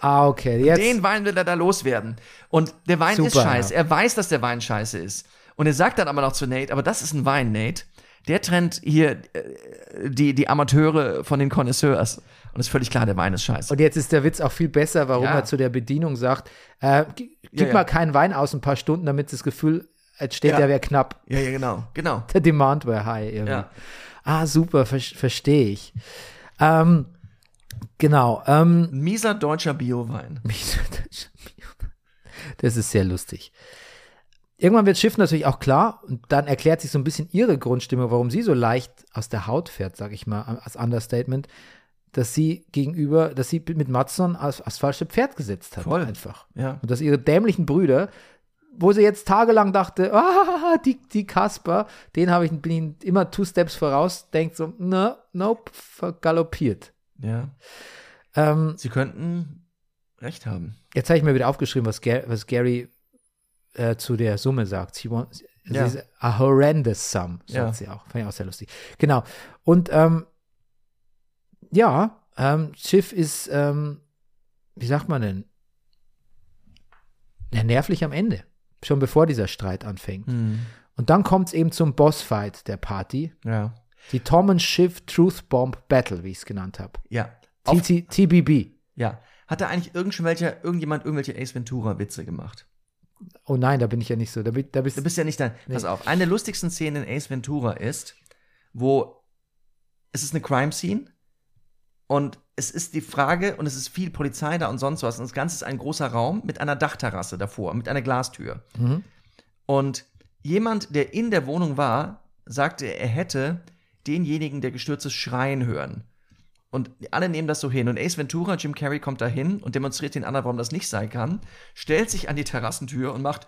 A: ah, okay. Jetzt.
B: Den Wein will er da loswerden. Und der Wein ist
A: Super,
B: scheiße.
A: ja.
B: Er weiß, dass der Wein scheiße ist. Und er sagt dann aber noch zu Nate, aber das ist ein Wein, Nate. Der trennt hier äh, die, die Amateure von den Connoisseurs. Und ist völlig klar, der Wein ist scheiße.
A: Und jetzt ist der Witz auch viel besser, warum
B: Ja.
A: er zu der Bedienung sagt, äh, gi- gib
B: Ja, ja.
A: mal keinen Wein aus ein paar Stunden, damit das Gefühl entsteht,
B: Ja.
A: der wäre knapp.
B: ja, ja, genau. Genau.
A: Der Demand wäre high irgendwie.
B: Ja.
A: Ah, super, ver verstehe ich. Ähm, genau. Ähm,
B: Ein mieser deutscher Biowein.
A: das ist sehr lustig. Irgendwann wird Schiff natürlich auch klar und dann erklärt sich so ein bisschen ihre Grundstimme, warum sie so leicht aus der Haut fährt, sag ich mal, als Understatement, dass sie gegenüber, dass sie mit Matson als, als falsche Pferd gesetzt hat.
B: Voll.
A: Einfach.
B: Ja.
A: Und dass ihre dämlichen Brüder, wo sie jetzt tagelang dachte, ah, die, die Kasper, den habe ich, bin ich immer two steps voraus, denkt so, ne, nope, vergaloppiert.
B: Ja.
A: Ähm,
B: Sie könnten recht haben.
A: jetzt habe ich mir wieder aufgeschrieben, was, Ga was Gary äh, zu der Summe sagt. She wants,
B: Ja.
A: This is a horrendous sum, sagt
B: Ja.
A: sie auch. Fand ich auch sehr lustig. Genau. Und ähm, ja, ähm, Schiff ist, ähm, wie sagt man denn? Ja, nervlich am Ende. Schon bevor dieser Streit anfängt.
B: Hm.
A: Und dann kommt es eben zum Bossfight der Party.
B: Ja.
A: Die Tommen Schiff Truth Bomb Battle, wie ich es genannt habe.
B: Ja. Auf,
A: TBB.
B: ja. Hat da eigentlich irgendwelche, irgendjemand irgendwelche Ace Ventura Witze gemacht?
A: Oh nein, da bin ich ja nicht so. Da, bin, da bist
B: Du bist ja nicht dein. Pass auf. Eine der lustigsten Szenen in Ace Ventura ist, wo es ist eine Crime Scene und es ist die Frage und es ist viel Polizei da und sonst was und das Ganze ist ein großer Raum mit einer Dachterrasse davor, mit einer Glastür.
A: Mhm.
B: Und jemand, der in der Wohnung war, sagte, er hätte denjenigen, der gestürzt ist, schreien hören. Und alle nehmen das so hin. Und Ace Ventura, Jim Carrey, kommt da hin und demonstriert den anderen, warum das nicht sein kann, stellt sich an die Terrassentür und macht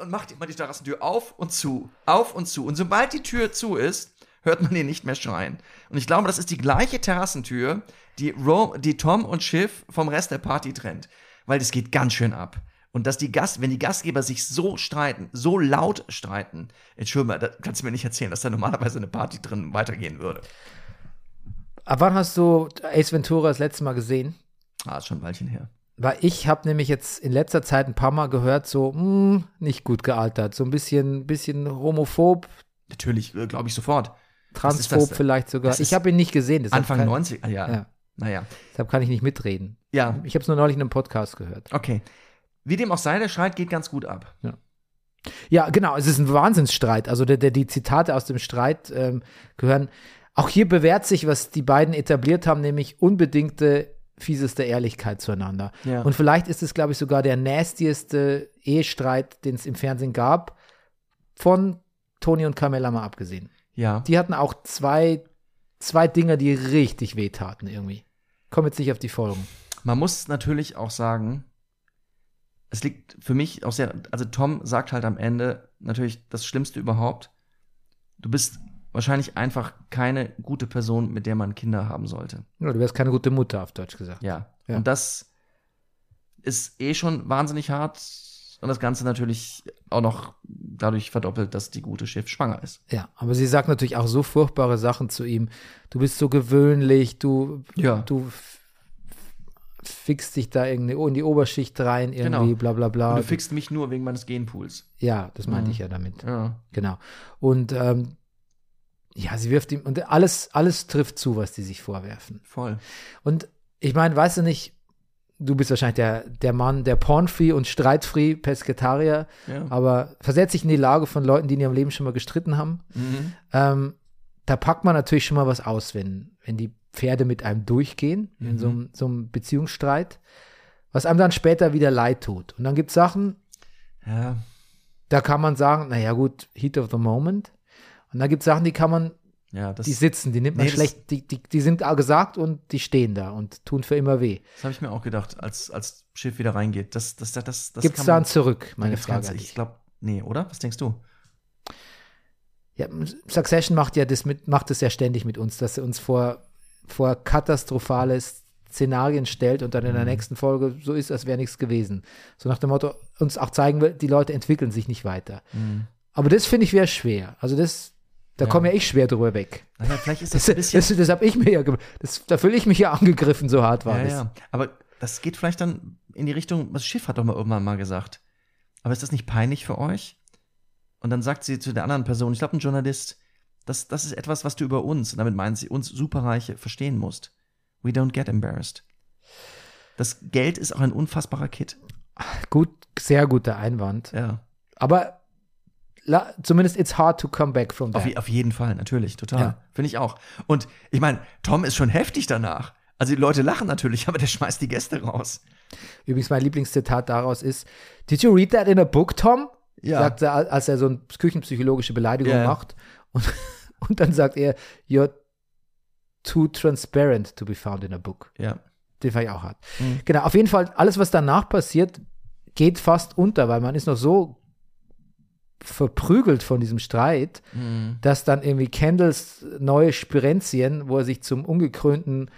B: und macht immer die Terrassentür auf und zu, auf und zu. Und sobald die Tür zu ist, hört man ihn nicht mehr schreien. Und ich glaube, das ist die gleiche Terrassentür, die, Ro die Tom und Schiff vom Rest der Party trennt. Weil das geht ganz schön ab. Und dass die Gast, wenn die Gastgeber sich so streiten, so laut streiten, entschuldige mal, das kannst du mir nicht erzählen, dass da normalerweise eine Party drin weitergehen würde.
A: Ab Ah, wann hast du Ace Ventura das letzte Mal gesehen?
B: Ah, ist schon ein Weilchen her.
A: Weil ich habe nämlich jetzt in letzter Zeit ein paar Mal gehört, so, hm, nicht gut gealtert. So ein bisschen, bisschen homophob,
B: Natürlich, glaube ich sofort. Was ist das
A: transphob
B: denn?
A: vielleicht sogar.
B: Das ist
A: Ich habe ihn nicht gesehen. deshalb
B: Anfang
A: kann,
B: 90, ah, ja.
A: Ja.
B: Naja.
A: Deshalb kann ich nicht mitreden.
B: Ja,
A: Ich habe es nur neulich in einem Podcast gehört.
B: okay. Wie dem auch sei, der Streit geht ganz gut ab.
A: Ja, genau, es ist ein Wahnsinnsstreit. Also der, der, die Zitate aus dem Streit ähm, gehören. Auch hier bewährt sich, was die beiden etabliert haben, nämlich unbedingte, fieseste Ehrlichkeit zueinander.
B: Ja.
A: Und vielleicht ist es, glaube ich, sogar der nastieste Ehestreit, den es im Fernsehen gab, von Toni und Carmella mal abgesehen.
B: Ja.
A: Die hatten auch zwei, zwei Dinger, die richtig wehtaten irgendwie. Komm jetzt nicht auf die Folgen.
B: Man muss natürlich auch sagen, es liegt für mich auch sehr, also Tom sagt halt am Ende natürlich das Schlimmste überhaupt. Du bist wahrscheinlich einfach keine gute Person, mit der man Kinder haben sollte.
A: Ja, du wärst keine gute Mutter, auf Deutsch gesagt.
B: Ja.
A: Ja.
B: Und das ist eh schon wahnsinnig hart. Und das Ganze natürlich auch noch dadurch verdoppelt, dass die gute Schiff schwanger ist.
A: Ja, aber sie sagt natürlich auch so furchtbare Sachen zu ihm. Du bist so gewöhnlich, du,
B: Ja.
A: du f- fixst dich da irgendwie in die Oberschicht rein, irgendwie,
B: Genau.
A: bla bla bla.
B: Und du fixst mich nur wegen meines Genpools.
A: ja, das meinte
B: Mhm.
A: ich ja damit.
B: Ja.
A: Genau. Und ähm, ja, sie wirft ihm, und alles, alles trifft zu, was die sich vorwerfen.
B: Voll.
A: Und ich meine, weißt du nicht, du bist wahrscheinlich der, der Mann, der pornfree und streitfree Pesketarier,
B: Ja.
A: aber versetz dich in die Lage von Leuten, die in ihrem Leben schon mal gestritten haben.
B: Mhm.
A: Ähm, da packt man natürlich schon mal was aus, wenn, wenn die Pferde mit einem durchgehen, in so einem, so einem Beziehungsstreit, was einem dann später wieder leid tut. Und dann gibt es Sachen,
B: ja.
A: da kann man sagen, naja gut, Heat of the Moment. Und dann gibt es Sachen, die kann man,
B: Ja, das,
A: die sitzen, die nimmt man
B: Nee, das-
A: schlecht, die, die, die sind gesagt und die stehen da und tun für immer weh.
B: das habe ich mir auch gedacht, als, als Schiff wieder reingeht. Das, das, das, das, das
A: Gibt es da ein Zurück, meine
B: gibt's
A: Frage
B: ganz-
A: an
B: Ich
A: dich.
B: glaube, nee, oder? Was denkst du?
A: Ja, Succession macht ja das mit, macht es ja ständig mit uns, dass sie uns vor, vor katastrophale Szenarien stellt und dann in der
B: Mhm.
A: nächsten Folge so ist, als wäre nichts gewesen. So nach dem Motto, uns auch zeigen will, die Leute entwickeln sich nicht weiter. Aber das finde ich wäre schwer. Also das, da komme ja ich schwer drüber weg.
B: Naja, vielleicht ist das
A: Das,
B: ein
A: das,
B: bisschen.
A: das, habe ich mir ja, ge- das, da fühle ich mich ja angegriffen, so hart war
B: ja,
A: das.
B: ja. Aber das geht vielleicht dann in die Richtung, das Schiff hat doch mal irgendwann mal gesagt. Aber ist das nicht peinlich für euch? Und dann sagt sie zu der anderen Person, ich glaube, ein Journalist, das, das ist etwas, was du über uns, und damit meint sie uns Superreiche, verstehen musst. We don't get embarrassed. Das Geld ist auch ein unfassbarer Kit.
A: Gut, sehr guter Einwand.
B: Ja.
A: Aber la, zumindest it's hard to come back from
B: Auf,
A: that.
B: je- auf jeden Fall, natürlich, total.
A: Ja.
B: Finde ich auch. Und ich meine, Tom ist schon heftig danach. Also die Leute lachen natürlich, aber der schmeißt die Gäste raus.
A: Übrigens, mein Lieblingszitat daraus ist: Did you read that in a book, Tom?
B: Ja.
A: Sagt er, als er so eine küchenpsychologische Beleidigung
B: Ja, ja.
A: macht. Und, und dann sagt er: You're too transparent to be found in a book.
B: Ja.
A: Den fand ich auch hart.
B: Mhm.
A: Genau, auf jeden Fall, alles, was danach passiert, geht fast unter, weil man ist noch so verprügelt von diesem Streit,
B: Hm.
A: dass dann irgendwie Kendalls neue Spirenzien, wo er sich zum ungekrönten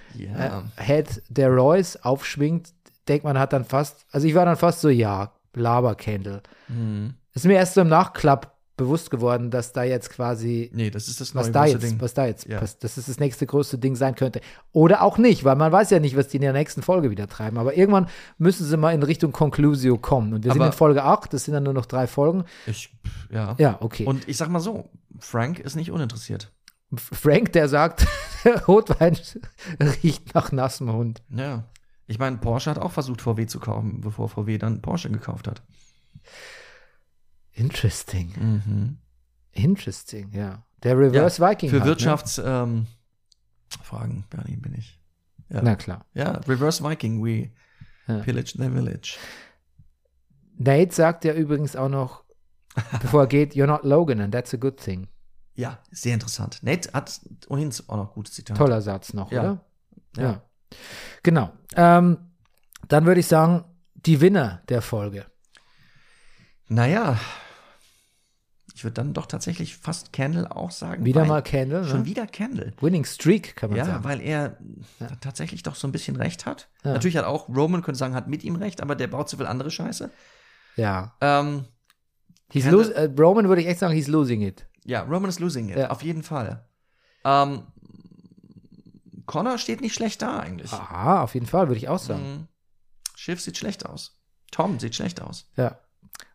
A: äh,
B: Ja.
A: Head der Royce aufschwingt, denkt man hat dann fast, also ich war dann fast so, ja, laber Kendall.
B: Hm.
A: Ist mir erst so im Nachklapp bewusst geworden, dass da jetzt quasi
B: Nee, das ist das neue
A: was da,
B: große
A: jetzt,
B: Ding.
A: was da jetzt,
B: Ja.
A: pass- dass es das nächste große Ding sein könnte. Oder auch nicht, weil man weiß ja nicht, was die in der nächsten Folge wieder treiben. Aber irgendwann müssen sie mal in Richtung Conclusio kommen. Und wir sind
B: Aber-
A: in Folge 8, das sind dann nur noch drei Folgen.
B: Ich, pff, ja.
A: Ja, okay. Und
B: Und ich sag mal so, Frank ist nicht uninteressiert.
A: Frank, der sagt, der Rotwein riecht nach nassem Hund.
B: Ja. Ich meine, Porsche hat auch versucht, VW zu kaufen, bevor VW dann Porsche gekauft hat.
A: Interesting.
B: Mhm.
A: Interesting, ja. Der Reverse Viking.
B: Für
A: halt,
B: Wirtschaftsfragen, ähm, Fragen, Bernie, bin ich.
A: Ne? Na klar.
B: Ja, Reverse Viking, we
A: Ja.
B: pillaged the village.
A: Nate sagt ja übrigens auch noch, bevor er geht, you're not Logan and that's a good thing.
B: Ja, sehr interessant. Nate hat ohnehin auch noch gutes Zitat.
A: Toller Satz noch,
B: Ja.
A: oder?
B: Ja.
A: Ja. Genau. Ähm, dann würde ich sagen, die Winner der Folge.
B: Naja, ich würde dann doch tatsächlich fast Candle auch sagen.
A: Wieder
B: weil-
A: mal Candle,
B: Schon
A: ne?
B: wieder Candle.
A: Winning Streak, kann man
B: Ja,
A: sagen.
B: weil er t- tatsächlich doch so ein bisschen recht hat.
A: Ja.
B: Natürlich hat auch Roman, könnte sagen, hat mit ihm recht, aber der baut so viel andere Scheiße.
A: Ja.
B: Ähm,
A: He's
B: Candle-
A: los- äh, Roman würde ich echt sagen, he's losing it.
B: ja, Roman ist losing it,
A: Ja.
B: auf jeden Fall. Ähm, Connor steht nicht schlecht da eigentlich.
A: Aha, auf jeden Fall, würde ich auch sagen.
B: Mhm. Schiff sieht schlecht aus. Tom sieht schlecht aus.
A: Ja.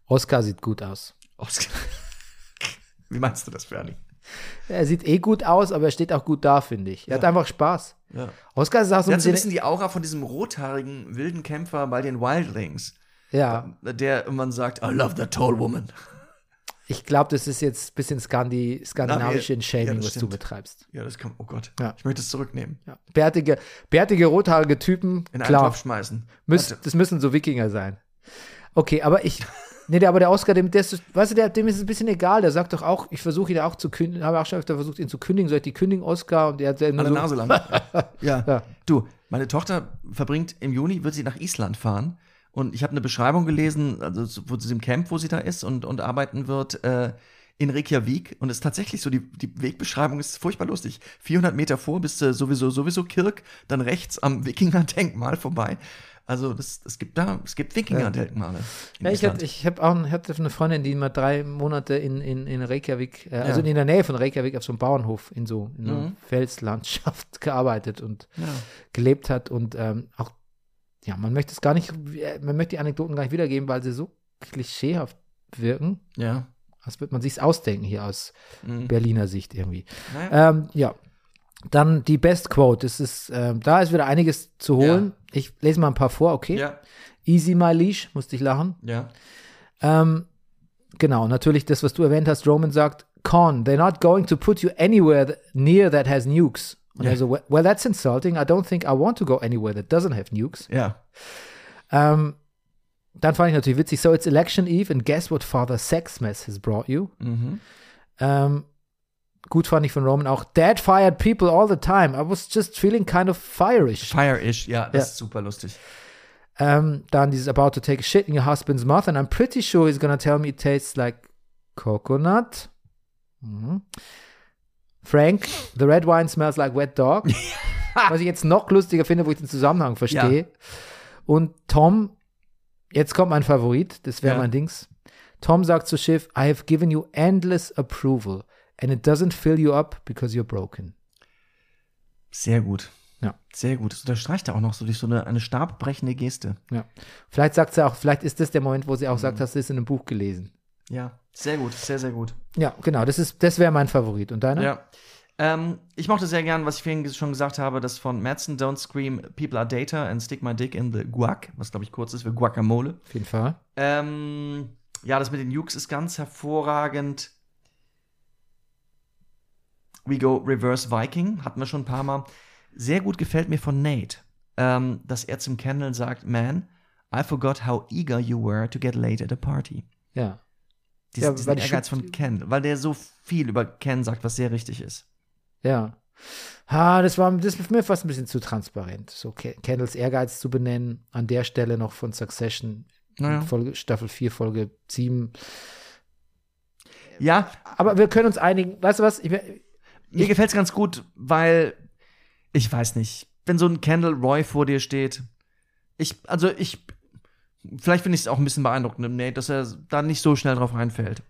A: Oscar sieht gut aus.
B: Oscar. Wie meinst du das, Bernie?
A: Er sieht eh gut aus, aber er steht auch gut da, finde ich. Er hat einfach Spaß.
B: Ja.
A: Oscar ist auch so ein
B: Der hat so
A: bisschen.
B: ein bisschen die Aura von diesem rothaarigen wilden Kämpfer bei den Wildlings,
A: Ja,
B: der irgendwann sagt, I love that tall woman.
A: ich glaube, das ist jetzt ein bisschen Skandi skandinavische
B: Ja,
A: Shaming,
B: das
A: was du
B: stimmt.
A: betreibst.
B: Ja, das kann, oh Gott,
A: Ja.
B: ich möchte es zurücknehmen.
A: Ja. Bärtige, bärtige, rothaarige Typen,
B: In einen
A: klar.
B: Topf schmeißen.
A: Müsst,
B: Warte.
A: das müssen so Wikinger sein. Okay, aber ich. Nee, der, aber der Oscar, dem, der ist, weißt du, der, dem ist es ein bisschen egal. Der sagt doch auch, ich versuche ihn auch zu kündigen. Habe auch schon öfter versucht, ihn zu kündigen. Soll ich die kündigen, Oscar? Und der hat dann
B: An der
A: so,
B: Nase lang. ja.
A: Ja.
B: Du, meine Tochter verbringt im Juni, wird sie nach Island fahren. Und ich habe eine Beschreibung gelesen, also zu- wo, zu dem Camp, wo sie da ist und, und arbeiten wird, äh, in Reykjavik. Und es ist tatsächlich so, die, die Wegbeschreibung ist furchtbar lustig. 400 Meter vor bist du sowieso, sowieso Kirk, dann rechts am Wikinger-Denkmal vorbei. Also das, es gibt da, es gibt Wikinger-Denkmale. in
A: ja, ich
B: Island.
A: hatte, ich hab auch, ich hatte eine Freundin, die mal drei Monate in, in, in Reykjavik, äh, also
B: Ja.
A: in der Nähe von Reykjavik auf so einem Bauernhof in so in einer
B: Mhm.
A: Felslandschaft gearbeitet und
B: ja.
A: gelebt hat. Und ähm, auch, ja, man möchte es gar nicht, äh, man möchte die Anekdoten gar nicht wiedergeben, weil sie so klischeehaft wirken.
B: ja.
A: Als wird man sich's ausdenken hier aus
B: Mhm.
A: Berliner Sicht irgendwie.
B: Naja.
A: Ähm, ja. Dann die Best Quote. Das ist, ähm, da ist wieder einiges zu holen. Ich lese mal ein paar vor, okay?
B: ja,
A: Easy My Leash, musste ich lachen.
B: ja.
A: Ähm, genau, natürlich das, was du erwähnt hast. Roman sagt, Con, they're not going to put you anywhere th near that has nukes. Und
B: Ja.
A: er so, well, that's insulting. I don't think I want to go anywhere that doesn't have nukes.
B: Ja.
A: Ähm, dann fand ich natürlich witzig. So it's election eve and guess what Father Sexmas has brought you?
B: Mhm.
A: Ähm, gut fand ich von Roman auch. Dad fired people all the time. I was just feeling kind of fireish.
B: Fire-ish, ja, das
A: Ja.
B: ist super lustig.
A: Ähm, dann dieses About to take a shit in your husband's mouth and I'm pretty sure he's gonna tell me it tastes like coconut. Mhm. Frank, the red wine smells like wet dog. Was ich jetzt noch lustiger finde, wo ich den Zusammenhang verstehe. Und Tom, jetzt kommt mein Favorit, das wäre
B: Ja.
A: mein Dings. Tom sagt zu Schiff, I have given you endless approval and it doesn't fill you up because you're broken.
B: Sehr gut.
A: Ja.
B: Sehr gut. Das unterstreicht er auch noch so durch so eine, eine stabbrechende Geste.
A: Ja. Vielleicht sagt sie auch, vielleicht ist das der Moment, wo sie auch sagt, hast du es in einem Buch gelesen.
B: Ja, sehr gut, sehr, sehr gut.
A: Ja, genau, das ist, das wäre mein Favorit. Und deiner?
B: Ja. Ähm, ich mochte sehr gern, was ich vorhin schon gesagt habe, das von Madsen, Don't Scream, People Are Data and Stick My Dick in the Guac, was glaube ich kurz ist für Guacamole.
A: Auf jeden Fall.
B: Ähm, ja, das mit den Nukes ist ganz hervorragend. We go Reverse Viking, hatten wir schon ein paar Mal. Sehr gut gefällt mir von Nate, ähm, dass er zum Candle sagt, Man, I forgot how eager you were to get late at a party.
A: Ja.
B: Dies,
A: Ja,
B: diesen
A: weil die
B: Ehrgeiz
A: Schub-
B: von Ken, weil der so viel über Ken sagt, was sehr richtig ist.
A: Ja. Ha, das war das ist mir fast ein bisschen zu transparent. So Ke- Kendalls Ehrgeiz zu benennen, an der Stelle noch von Succession,
B: Naja.
A: Folge, Staffel 4, Folge 7.
B: Ja,
A: Aber wir können uns einigen. Weißt du was? Ich,
B: mir gefällt es ganz gut, weil ich weiß nicht, wenn so ein Kendall Roy vor dir steht, ich, also ich, vielleicht finde ich es auch ein bisschen beeindruckend, im Nate, dass er da nicht so schnell drauf reinfällt.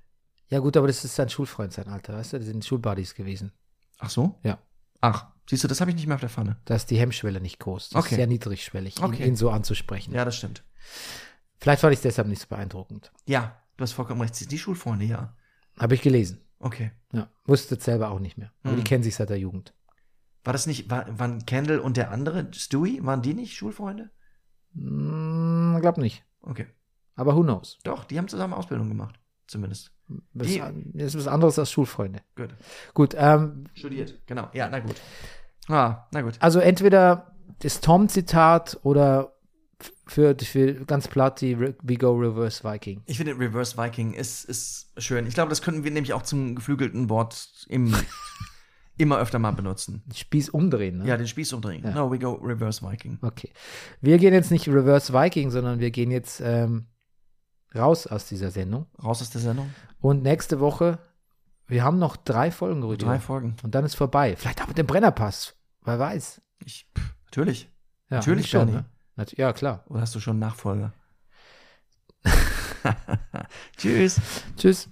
A: ja, gut, aber das ist sein Schulfreund, sein Alter. Weißt du, das sind Schulbuddies gewesen.
B: Ach so?
A: Ja.
B: Ach, siehst du, das habe ich nicht mehr auf der Pfanne.
A: Da ist die Hemmschwelle nicht groß. Das
B: Okay.
A: ist sehr niedrigschwellig,
B: Okay.
A: ihn, ihn so anzusprechen.
B: Ja, das stimmt.
A: Vielleicht fand ich es deshalb nicht so beeindruckend.
B: Ja, du hast vollkommen recht. Sie sind die Schulfreunde, ja.
A: Habe ich gelesen.
B: Okay.
A: Ja. Wusste es selber auch nicht mehr. Aber
B: Hm.
A: die kennen sich seit der Jugend.
B: War das nicht, war, waren Kendall und der andere, Stewie, waren die nicht Schulfreunde?
A: Hm, glaub nicht.
B: Okay.
A: Aber who knows?
B: Doch, die haben zusammen Ausbildung gemacht. Zumindest.
A: Das
B: Die-
A: das ist was anderes als Schulfreunde.
B: Gut.
A: Gut, ähm,
B: Studiert. Genau. Ja, na gut. Ah, na gut.
A: also entweder das Tom-Zitat oder f- für, für ganz platt die Re- We Go Reverse Viking.
B: Ich finde, Reverse Viking ist, ist schön. Ich glaube, das könnten wir nämlich auch zum geflügelten Wort im, immer öfter mal benutzen.
A: Den Spieß umdrehen, ne?
B: Ja, den Spieß umdrehen. No, we go Reverse Viking.
A: Okay. Wir gehen jetzt nicht Reverse Viking, sondern wir gehen jetzt ähm, raus aus dieser Sendung.
B: Raus aus der Sendung.
A: Und nächste Woche, wir haben noch drei Folgen,
B: Drei
A: Rüdiger.
B: Folgen.
A: Und dann ist vorbei. Vielleicht auch mit dem Brennerpass. Wer weiß.
B: Ich, pff, natürlich.
A: Ja,
B: Natürlich,
A: schon.
B: Bernie.
A: Ne? Nat- Ja, klar.
B: Oder hast du schon einen Nachfolger? Tschüss.
A: Tschüss.